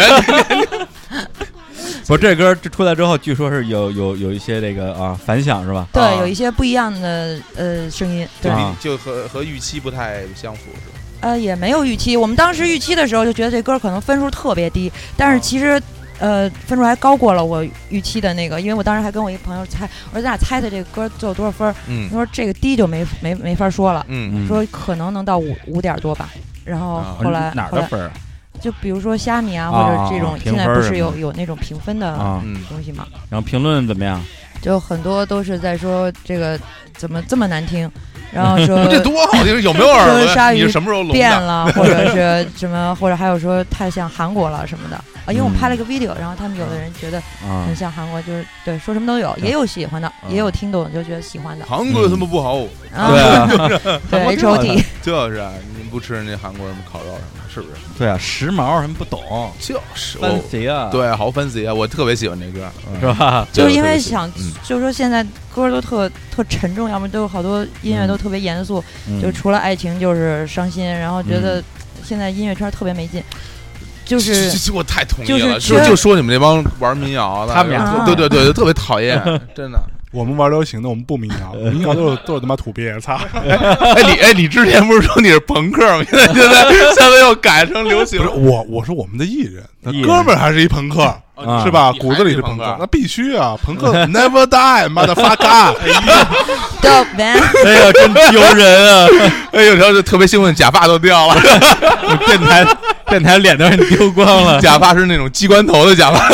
不，这歌出来之后，据说是有有有一些这个啊反响是吧？
啊
对，有一些不一样的呃声音，对
啊，
你就和和预期不太相符，是吧？
呃也没有预期，我们当时预期的时候就觉得这歌可能分数特别低，但是
啊
其实。呃，分数还高过了我预期的那个，因为我当时还跟我一朋友猜，我说哎咱俩猜的这个歌最后多少分儿？
嗯
他说这个低就没没没法说了，
嗯
嗯，
说可能能到五五点多吧。然后
啊
后来、
哪儿
后
的
来
分儿
就比如说虾米啊，
啊
或者这种
评
现在
分
不
什么
是有
的
有那种评分的
啊？
嗯
东西嘛，
然后评论怎么样？
就很多都是在说这个怎么这么难听，然后说
这多好听！有没有耳
说鲨
朵？你
鱼
是什么时候聋
变
的？
了，或者是什么， 或者还有说太像韩国了什么的啊，因为我们
嗯
拍了个 video，然后他们有的人觉得
啊
很像韩国，就是对说什么都
嗯
有，也有喜欢的，也有听懂就觉得喜欢的，
韩国他妈不好，
啊
对啊，
对 H O T，
就是啊，你不吃人家韩国什么烤肉什么，是不是？
对啊，时髦什么不懂
就是我
，fancy 啊，
对，好 fancy 啊！我特别喜欢这歌，嗯
是吧？
就是因为
对
想
嗯，
就是说现在歌都特特沉重，要么都有好多音
嗯
乐都特别严肃，就除了爱情就是伤心，然后觉
嗯
得现在音乐圈特别没劲，就
就是 我太同意了，
就是啊
就就说你们这帮玩民谣的，
他们俩
就对对对，特别讨 厌，真的。
我们玩流行的，我们不民谣，
嗯
民谣都是都是他妈土鳖， 操！
哎，你哎，你之前不是说你是朋克吗？ 现在现在现在又改成流行
不是我，我是我们的艺人，那
艺人
哥们儿还是一朋克，
啊
是吧？
你还
骨子里是
朋
朋
克
克，那必 须啊！朋克 never die，妈的发嘎！
Dope Man，
哎呀，真丢人啊！
哎，有时候就特别兴奋，假发都掉了，
电台电台脸都让你丢光了，
假发是那种机关头的假发。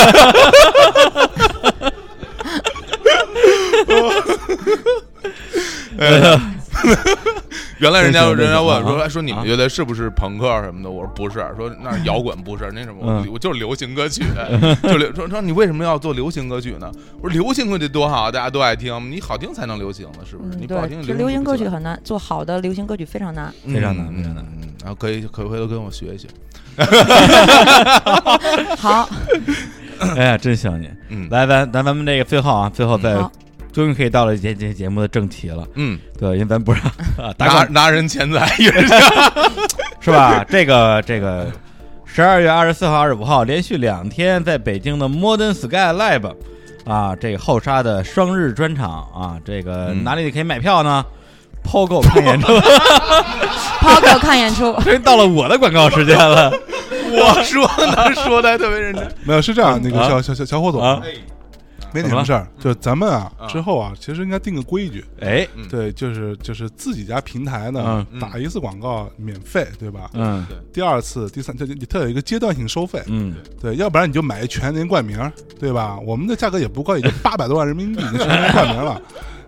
原来人家
对对对
人家问
啊
说哎说你
啊
们乐队是不是朋克什么的？我说不是，说那是摇滚不是，那什么我
嗯
我就是流行歌曲，就流说说你为什么要做流行歌曲呢？我说流行歌曲多好，大家都爱听，你好听才能流行呢，是不是？
嗯，
你不好听，
对，这流行歌
不起
曲
来
很难做好的流行歌曲非常难。
非常难非常。
嗯
难
嗯嗯然后可以可以回头跟我学一学，
好，
哎呀，真想你。
嗯，
来，咱咱咱们这个最后啊，最后再
好
终于可以到了节节节目的正题了。
嗯，
对，因为咱 不让啊打
拿
广
拿人钱财也是这样，
是吧？ 这个这个，十二月二十四号、二十五号连续两天在北京的 Modern Sky Lab 啊，这个后沙的双日专场啊，这个
嗯
哪里可以买票呢？抛购看演出，，
抛给我看演出
终于到了我的广告时间了。
我说呢， 说的还特别认真，
没有是这样，那个
啊
小小小小伙总
啊，
没
怎
那
么
什
了
么事儿，就是咱们啊
啊
之后啊，其实应该定个规矩，
哎，
嗯
对，就是就是自己家平台呢
嗯
打一次广告免费，对吧？
嗯
第二次、第三，就就它有一个阶段性收费，
嗯，
对，要不然你就买一全年冠名，对吧？我们的价格也不贵，也就 八百多万人民币，你全年冠名了，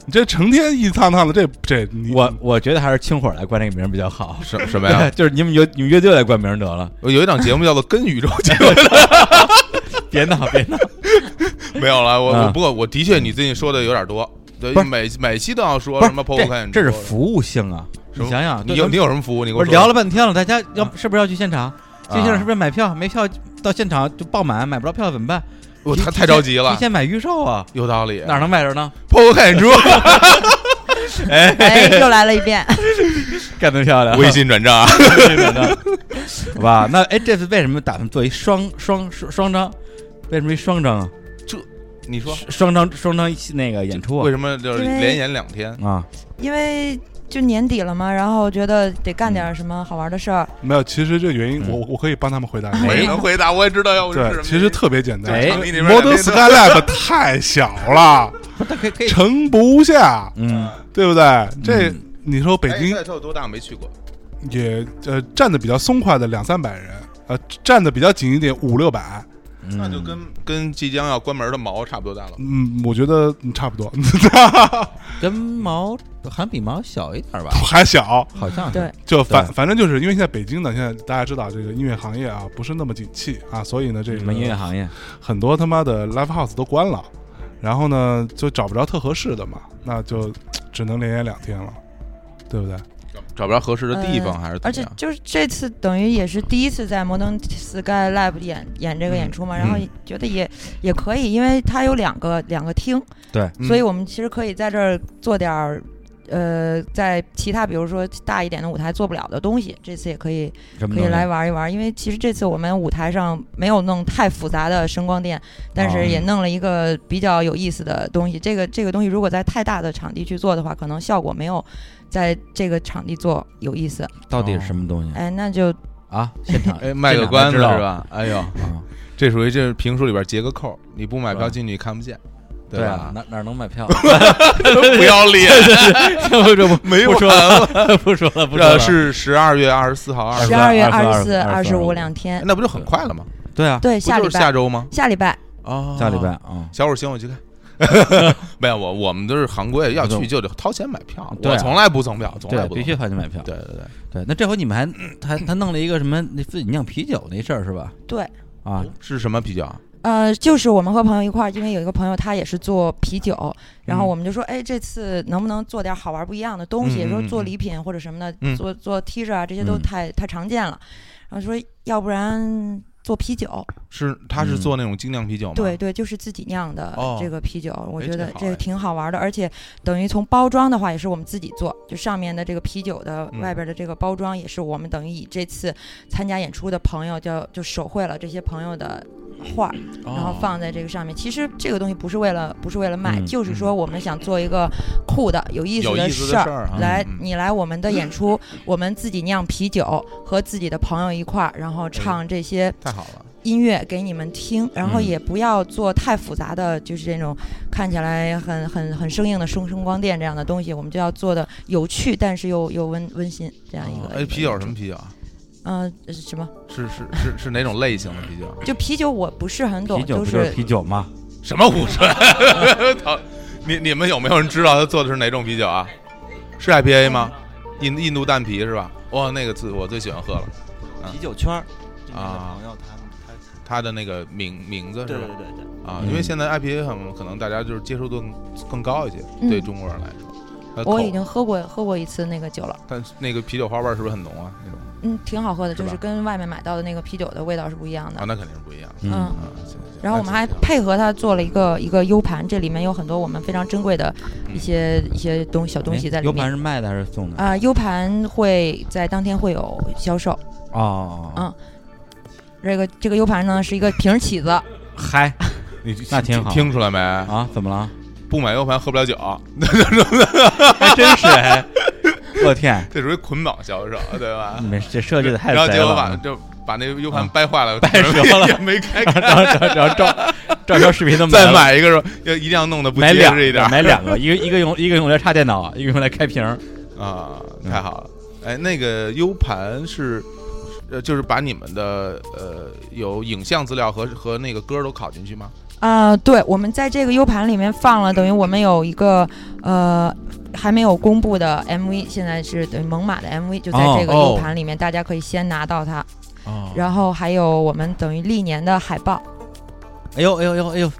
你这成天一趟趟的，这这你
我我觉得还是清火来冠这个名儿比较好。
什什么呀？
就是你们乐你们乐队来冠名儿得了，
我有一档节目叫做《跟宇宙结 婚》，
别闹别闹。
没有了。我
啊
我不过我的确，你最近说的有点多，对
不是，
每每期都要说
不
什
是
么 p o
这
看，
这是服务性啊！
什
你
么
想想，
你
对
有
咱
你有什么服务？你给
不
我
是
说
聊了半天了，大家要是不是要去现场？去现场
啊
是不是买票？没票到现场就爆满，买不着票怎么办？
我
提
太
提
太
前
着急了
提，前买预售啊，
有道理。
哪能买着呢？
p o 看演出，
哎，又来了一遍。
干得漂亮！
微信转账啊，
好吧？那哎，这次为什么打算做一双双双双张？为什么一双张啊？
你说
双张双张一起那个演出
为
啊？
什么就是
因为
连演两天？
啊，
因为就年底了嘛，然后觉得得干点什么好玩的事 儿。
没有，其实这原因
嗯
我我可以帮他们回答。
我也能回答，我也知道要是什
对，
么。
其实特别简单
哎
场地里边两
Modern
天都
Skylab 太小了，
不是，他可以可以，
盛不下，
嗯，
啊
对不对？这你说北
哎
京
赛特有多大？没去过。
也呃站的比较松快的两三百人，呃站的比较紧一点五六百，
嗯
那就跟跟即将要关门的毛差不多大了。
嗯，我觉得嗯差不多，
跟毛还比毛小一点吧，
还小。
好像是
对，
就反
对
反正就是因为现在北京呢，现在大家知道这个音乐行业啊不是那么景气啊，所以呢这
你们音乐
个
行业，
很多他妈的 live house 都关了，然后呢就找不着特合适的嘛，那就嘖只能连演两天了，对不对？
找不着合适的地方
呃
还是怎
而
么
且
样？
就是这次等于也是第一次在摩登 Sky Lab 演演这个演出嘛，然后也觉得也也可以，因为它有两个两个厅，
对，
嗯
所以我们其实可以在这儿做点儿。呃，在其他比如说大一点的舞台做不了的东西，这次也可以
什么
可以
东西
来玩一玩。因为其实这次我们舞台上没有弄太复杂的声光电，但
哦
是也弄了一个比较有意思的东西。这个这个东西如果在太大的场地去做的话，可能效果没有在这个场地做有意思。
到底是什么东西
哎，那就
啊？现场
哎，卖个
现场
关
才
子
知
是
道
吧？哎呦，
啊，
这属于这是评书里边截个扣，你不买
是吧
票进去看不见，
对啊
吧，？
哪哪能买 票？
不要脸，
这这不
没
不说了，不说了，不说
这
了。
是十二月二十四号、二
是
十
十，
二月
22
十四、
22
十五两天。
那不就很快了吗？
对啊，
对，
不
下
就
礼
是
拜
下周吗？
下礼拜
啊
下礼拜。啊，
小伙儿，行，我去看。没有我，我们都是行规，要去就得掏钱买票。
对啊
我从来不蹭票，从来
对，
不
必
蹭
须
票。
花钱买票。
对对对，
对，那这回你们还还还弄了一个什么那自己酿啤酒那事儿是吧？
对。
啊，
是什么啤酒啊？
呃，就是我们和朋友一块儿，因为有一个朋友他也是做啤酒，然
嗯
后我们就说，哎，这次能不能做点好玩不一样的东西？
嗯嗯
说
嗯
做礼品或者什么的，
嗯
做做 T 恤啊，这些都
嗯
太、太常见了。然后说，要不然做啤酒，
是他是
嗯
做那种精酿啤酒吗？
对，对，就是自己酿的
哦
这个啤酒，我
哎
觉
这
得
好
这个
哎
挺好玩的，而且等于从包装的话也是我们自己做，就上面的这个啤酒的
嗯
外边的这个包装也是我们等于以这次参加演出的朋友就就手绘了这些朋友的画儿，然后放在这个上面。其实这个东西不是为了不是为了卖，
嗯
就是说我们想做一个酷的、有意思
有意思
事
的事
儿。
儿啊。
来
嗯，
你来我们的演 出，我们自己酿啤酒，和自己的朋友一块儿，然后唱这些
太好了，
音乐给你们听，然后
嗯
也不要做太复杂的，就是这种看起来很很很生硬的声声光电这样的东西，我们就要做的有趣，但是又又温温馨这样一个。
哎，啤酒是什么？啤酒啊？
嗯、呃，什么？
是是是是哪种类型的啤酒？啊
就啤酒我不是很
啤
懂，
酒不
是
啤酒吗？
什么胡说？ 你你们有没有人知道他做的是哪种啤酒啊？是 IPA 吗？印印度蛋皮是吧？哇、那个字我最喜欢喝了，
啤酒圈儿就是我
啊
的朋友他们他
它的那个名名字是
对
吧
对？对对，
啊，
嗯
因为现在 IPA 很可能大家就是接受度更更高一些，
嗯
对中国人来说，它
我
口
已经喝过喝过一次那个酒了，
但是那个啤酒花瓣是不是很浓啊？那种
嗯，挺好喝的，
是
就
吧
是跟外面买到的那个啤酒的味道是不一样
啊，
的。
那肯定是不一样的。
嗯
嗯，
啊，行行
然后我们还
那挺好
配合它做了一个一个 U 盘，这里面有很多我们非常珍贵的
嗯
一些一些东小东西在
哎
里
U 盘
面。
是卖的还是送的？
啊，U 盘会在当天会有销售。
哦，
嗯这个这个 U 盘呢是一个瓶起子，
嗨
你
那挺好
听出来没？
啊，怎么了？
不买 U 盘喝不了酒，
还真是哎，我天，
这属于捆绑销售，对吧
你？们这设计的太
然后
贼
结果
了
把
啊。
就把那个 U 盘
啊
掰坏了，
掰折了
也没 开开。
然后然后然后照照条视频都没
再
了
买一个时候要一定要弄得不
买
结
两
实一点
个，买两 个，一个一个用一个用来插电脑，一个用来开瓶儿。
啊，
嗯
太好了！哎，那个 U 盘是，呃，就是把你们的呃有影像资料和和那个歌都拷进去吗？
啊、对，我们在这个 U 盘里面放了，等于我们有一个呃还没有公布的 MV，现在是等于猛犸的 MV，就在
哦
这个
哦
U 盘里面，大家可以先拿到它。
哦
然后还有我们等于历年的海报，
哎呦哎呦哎呦哎呦，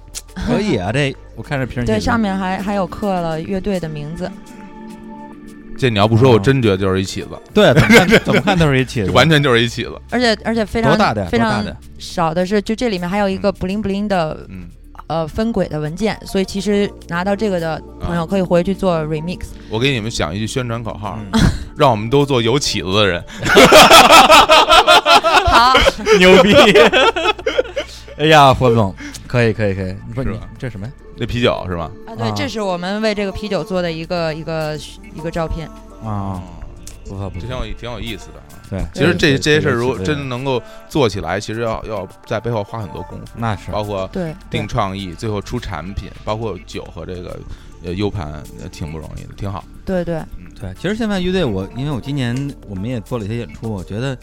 可以啊！这我看这瓶儿写
对，
的
上面还还有刻了乐队的名字。
这你要不说，我
哦
真觉得就是一起子，
对，怎么看怎么看都是一起
这
的，
完全就是一起子。
而且而且非
多
常
大的呀
非
多大
常
的呀
少的是，就这里面还有一个 bling bling 的
嗯，
呃分轨的文件，所以其实拿到这个的
啊
朋友可以回去做 remix。
我给你们想一句宣传口号，
嗯
让我们都做有起子的人。
好，啊
嗯 牛逼！哎呀，霍总，可以可以可以，你说
是
你
吧
这什么呀？
这啤酒是吧？
啊对
啊，
这是我们为这个啤酒做的一个一个一个照片。
啊，不错
嗯
不
这挺
错，
有挺有意思的啊。
对，
哦其实这这些事儿，如果
对
真的能够做起来，其实要要在背后花很多功夫，
那是
包括
对，
定创意，最后出产品，包括酒和这个呃 U 盘，呃挺不容易的，挺好。
对对
对，其实现在乐队我，因为我今年我们也做了一些演出，我觉得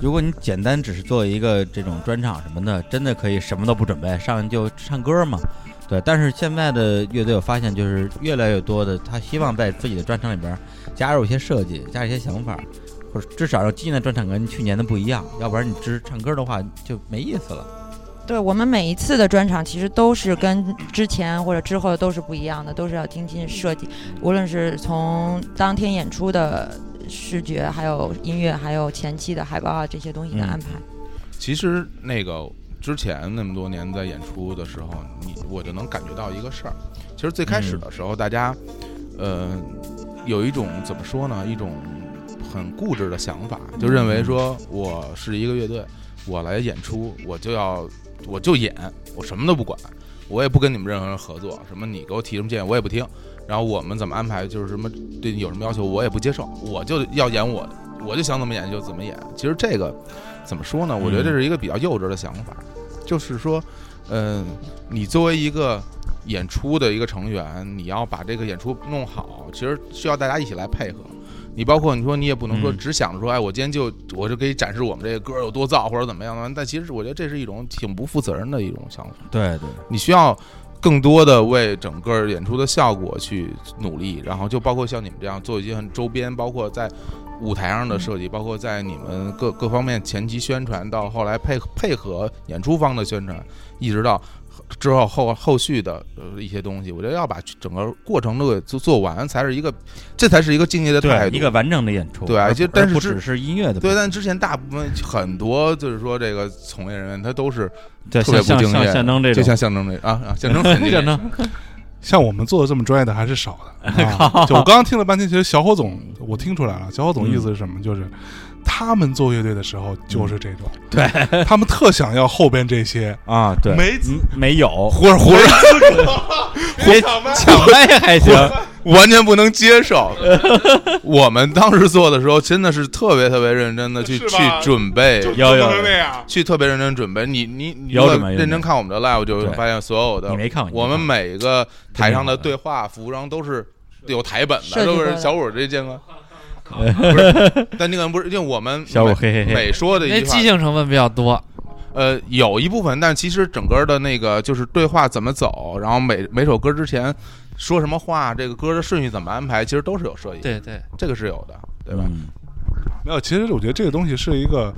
如果你简单只是做一个这种专场什么的，真的可以什么都不准备，上去就唱歌嘛。对，但是现在的乐队我发现就是越来越多的，他希望在自己的专场里边儿加入一些设计，加入一些想法，或者至少让今年的专场跟去年的不一样，要不然你只是唱歌的话就没意思了。
对，我们每一次的专场其实都是跟之前或者之后都是不一样的，都是要精心设计，无论是从当天演出的视觉，还有音乐，还有前期的海报啊这些东西的
嗯
安排。
其实那个之前那么多年在演出的时候，你我就能感觉到一个事儿。其实最开始的时候，大家，呃，有一种怎么说呢，一种很固执的想法，就认为说我是一个乐队，我来演出，我就要我就演，我什么都不管，我也不跟你们任何人合作，什么你给我提什么建议我也不听，然后我们怎么安排就是什么对你有什么要求我也不接受，我就要演我的，我就想怎么演就怎么演。其实这个怎么说呢？我觉得这是一个比较幼稚的想法，就是说，嗯、你作为一个演出的一个成员，你要把这个演出弄好，其实需要大家一起来配合。你包括你说你也不能说
嗯
只想着说，哎，我今天就我就给你展示我们这个歌有多燥或者怎么样的，但其实我觉得这是一种挺不负责任的一种想法。
对对，
你需要更多的为整个演出的效果去努力，然后就包括像你们这样做一些很周边，包括在舞台上的设计，包括在你们各各方面前期宣传，到后来配配合演出方的宣传，一直到。之后后后续的呃一些东西，我觉得要把整个过程都给做做完，才是一个，这才是一个敬业的态
对
度，
一个完整的演出，
对啊
而
就
不
但
而
是
不
是
只是音乐的部
对。
分，
但之前大部分很多就是说这个从业人员他都是
对
特别
像
不
像
敬业
像
的
象征这
就
种，
像象征这啊啊象征很敬业
象征
像我们做的这么专业的还是少 的。啊、就我刚刚听了半天，其实小火总我听出来了，小火总意思是什么？
嗯
就是他们做乐队的时候就是这种，对他们特想要后边这些
啊，对，
没
嗯没 有，
胡着胡着，
别抢麦还行，
完全不能接受。 我们当时做的时候，真的是特别特别认真的去
是
去
吧
准备，
就
有有
就能那样。
去特别认真准备。你你你
有
如果
准备
认
有准
真
备
看我们的 live，就
对
发现所有的
你没看过
我们每个台上的
真
对话、服装都是有台本的，
设计
都
过
是
的
小五这见 过。不是，但你可能不是，因为我们
小五
每
嘿嘿嘿
每说的
因为
一句话
即，兴成分比较多。
呃，有一部分，但其实整个的那个就是对话怎么走，然后每每首歌之前说什么话，这个歌的顺序怎么安排，其实都是有设计的。
对对，
这个是有的，对吧？
嗯
没有，其实我觉得这个东西是一个，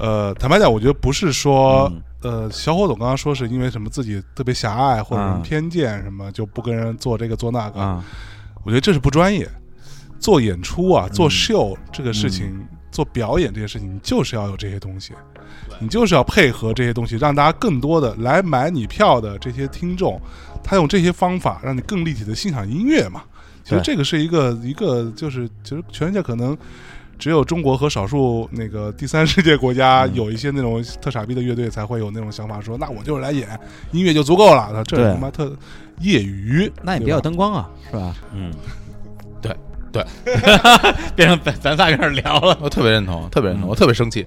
呃，坦白讲，我觉得不是说，呃，小伙总刚刚说是因为什么自己特别狭隘或者什么
啊
偏见什么，就不跟人做这个做那个。
啊，
我觉得这是不专业。做演出啊，做
嗯
秀这个事情，做表演这些事情，你就是要有这些东西，你就是要配合这些东西，让大家更多的来买你票的这些听众，他用这些方法让你更立体的欣赏音乐嘛。其实
对
这个是一个一个，就是其实全世界可能只有中国和少数那个第三世界国家
嗯
有一些那种特傻逼的乐队才会有那种想法说，那我就是来演音乐就足够了，那这
对
他妈特业余，
那也
对
别
吧
有灯光啊，是吧？嗯，
对对，
变成咱咱仨跟这儿聊了，
我特别认
嗯
同，特别认同，我特别生气，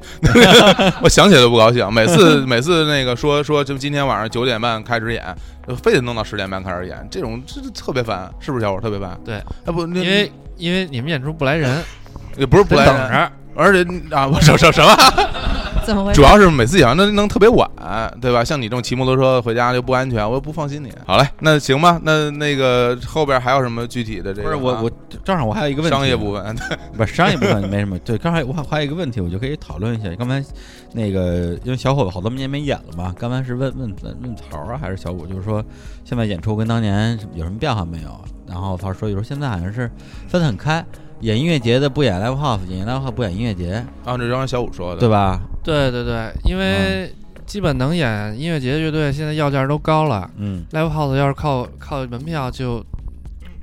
我想起来都不高兴。每 次每次那个说说，就今天晚上九点半开始演，就非得弄到十点半开始演，这种这这特别烦，是不是小伙儿特别烦？
对，
啊不，那
因为因为你们演出不来人，
也不是不
得
来
等
人，
着。
而且啊，我什什什么？
怎么回
主
事？
要是每次演完都能特别晚，对吧？像你这种骑摩托车回家就不安全，我又不放心你。好嘞，那行吧，那那个后边还有什么具体的这
不
个
是
啊？
我我正好我还有一个问题，啊
商业部分，
不是商业部分没什么，对，刚才我还还有一个问题，我就可以讨 论一下。刚才那个，因为小伙子好多年没演了嘛，刚才是问问问曹啊，还是小五，就是说现在演出跟当年有什么变化没有？然后曹说，有时候现在好像是分得很开，演音乐节的不演 live house，演 live house 不演音乐节，
按照刚才小五说的，
对吧？
对对对，因为
嗯
基本能演音乐节的乐队现在要价都高了
嗯
，live house 要是靠靠门票就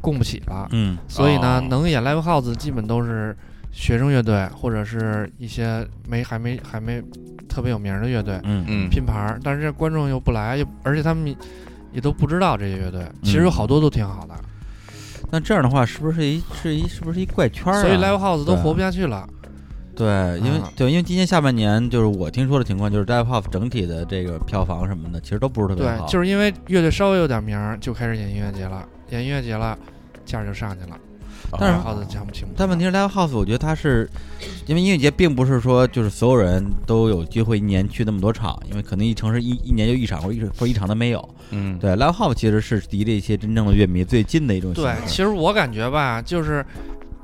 供不起了，
嗯
所以呢
哦，
能演 live house 基本都是学生乐队或者是一些没还没还没特别有名儿的乐队
嗯
嗯，
拼盘儿，但是这观众又不来，又而且他们也也都不知道这些乐队，
嗯
其实有好多都挺好的，
那这样的话，是不是一是一是不是一怪圈儿、啊？
所以 live house 都
对啊
活不下去了。
对，因为、
啊
对，因为今年下半年就是我听说的情况，就是 live house 整体的这个票房什么的，其实都不是特别
对
好，，
就是因为乐队稍微有点名儿，就开始演音乐节了，演音乐节了，价儿就上去了，
嗯
啊
但是
耗子讲不清楚。
但问题是 Live House，我觉得它是，因为音乐节并不是说就是所有人都有机会一年去那么多场，因为可能一城市一一年就一场或者一或者一场都没有。
嗯，
对，Live House 其实是离这些真正的乐迷最近的一种形
对，
式。
其实我感觉吧，就是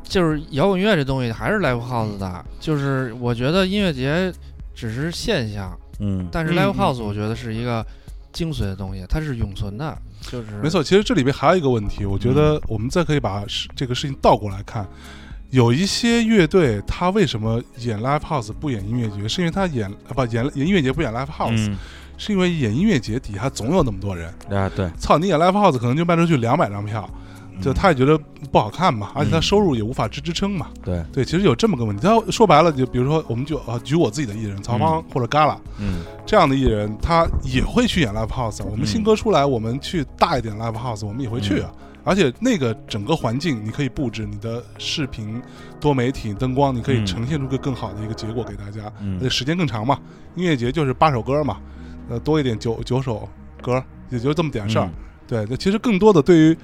就是摇滚乐这东西还是 live house
嗯
的，就是我觉得音乐节只是现象，
嗯，
但是 live house 我觉得是一个精髓的东西，它是永存的，就是
没。错，其实这里边还有一个问题，我觉得我们再可以把事这个事情倒过来看。有一些乐队，他为什么演 live house 不演音乐节？是因为他演啊不演演音乐节不演 live house，、
嗯，
是因为演音乐节底下总有那么多人。
啊对，嗯
操，你演 live house 可能就卖出去两百张票，就他也觉得不好看嘛，而且他收入也无法支支撑嘛。
对，嗯
对，其实有这么个问题。他说白了，就比如说我们就啊举我自己的艺人曹芳或者旮旯，
嗯
这样的艺人，他也会去演 live house 啊。我们
嗯
新歌出来，我们去大一点 live house，我们也会去啊。而且那个整个环境，你可以布置你的视频、多媒体、灯光，你可以
嗯
呈现出个更好的一个结果给大家，而且
嗯
时间更长嘛。音乐节就是八首歌嘛，呃，多一点九九首歌，也就这么点事
嗯
儿。对，那其实更多的对于，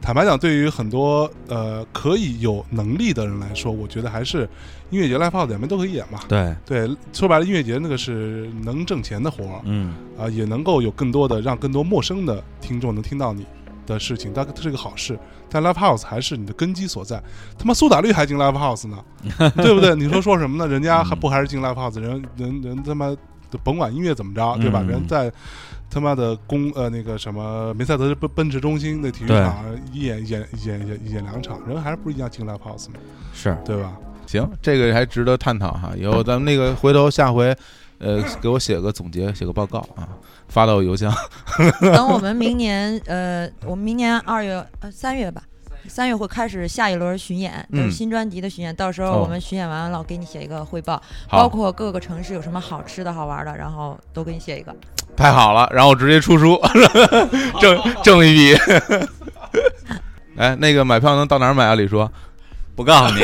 坦白讲，对于很多呃可以有能力的人来说，我觉得还是音乐节 live house 两边都可以演嘛。
对，
对，说白了，音乐节那个是能挣钱的活儿，
嗯
啊，也能够有更多的让更多陌生的听众能听到你的事情，但这是个好事。但 live house 还是你的根基所在。他妈苏打绿还进 live house 呢，对不对？你说说什么呢？人家
嗯
还不还是进 live house？人人人他妈的甭管音乐怎么着，对吧？
嗯
人在他妈的公呃那个什么梅赛德斯奔奔驰中心那体育场一演演演演演两场，人还是不一样进 live house 嘛，
是，
对吧？
行，这个还值得探讨哈。以后咱们那个回头下回，呃，给我写个总结，写个报告啊，发到邮 箱。
等我们明年，呃，我们明年二月、呃三月吧，三月会开始下一轮巡演，就是
嗯
新专辑的巡演。到时候
哦
我们巡演完了，我给你写一个汇报，包
好，
括各个城市有什么好吃的好玩的，然后都给你写一个。
太好了，然后直接出书， 挣 挣一笔。 哎，那个买票能到哪儿买啊？李叔，
不告诉你，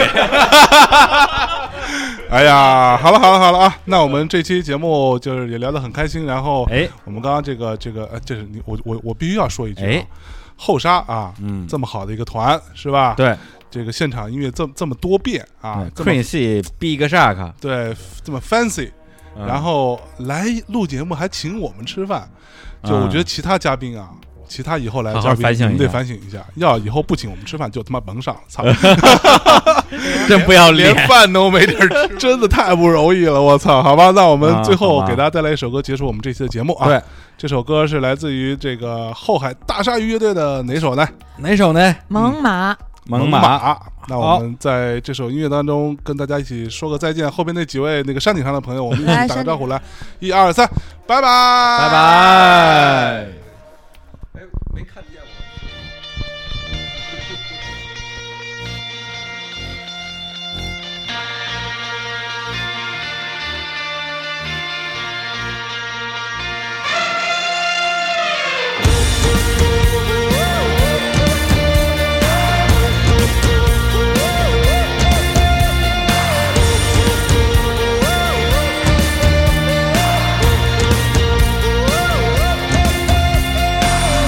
哎呀，好了好了好了啊，那我们这期节目就是也聊得很开心，然后
哎
我们刚刚这个这个，呃，这是你我我我必须要说一句、啊，
哎
后沙啊，
嗯，
这么好的一个团是吧？，
对哎
这个现场音乐这么这么多变啊，这么
，Crazy Big Shark，
对这么 fancy，、
嗯
然后来录节目还请我们吃饭，就我觉得其他嘉宾啊，其他以后来的
嗯好
嘉
好
宾
反省
你们
一
得
下
反省一下，要以后不请我们吃饭就他妈甭上了，操！
真不要
连
脸。
饭都没地儿吃。
真的太不容易了，我操！好吧，那我们
啊
最后
好吧
给大家带来一首歌，结束我们这期的节目啊。
对，
这首歌是来自于这个后海大鲨鱼乐队的哪首呢？
哪首呢？
猛犸，
猛
马。
犸。
那我们在这首音乐当中跟大家一起说个再见。后边那几位那个山顶上的朋友，我们一起
来
打个
山
招呼，来，一二三，拜拜，拜
拜。拜。
没看见我。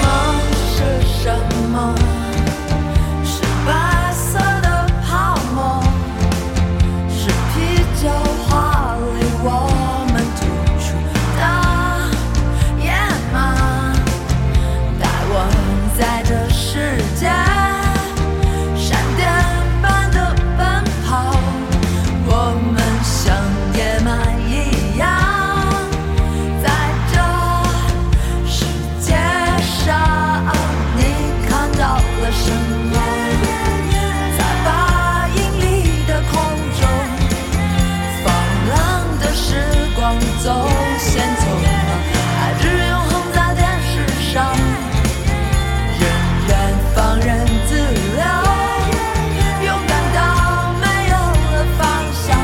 梦是什么？是白色的泡沫，是啤酒花里我们吐出的野马，带我在这世界闪电般的奔跑，我们像野马一样。在这世界上，你看到了什么？在八英里的空中，放浪的时光总先走了，爱日永恒在电视上，任远方人自由，勇敢到没有了方向。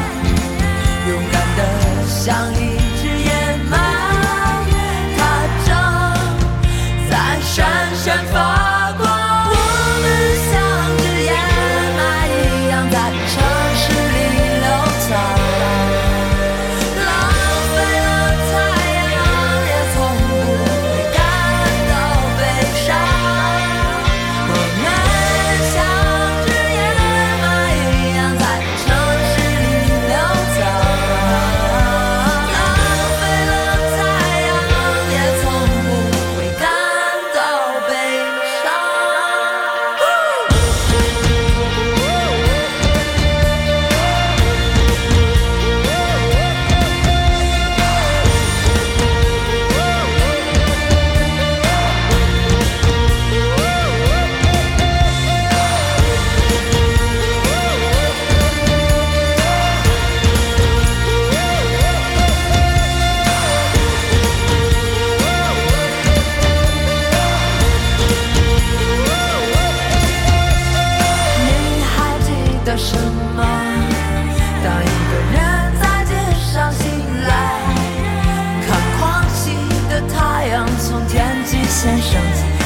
勇敢的像一只野马，它正在闪闪发光。我们像只野马一样在城市里流淌，浪费了太阳，也从不会感到悲伤。我们像只野马一样在城市里流淌，浪费了太阳，也从不会感到悲伤。你还记得什么？当一个人在街上醒来，看狂喜的太阳从天际线升起，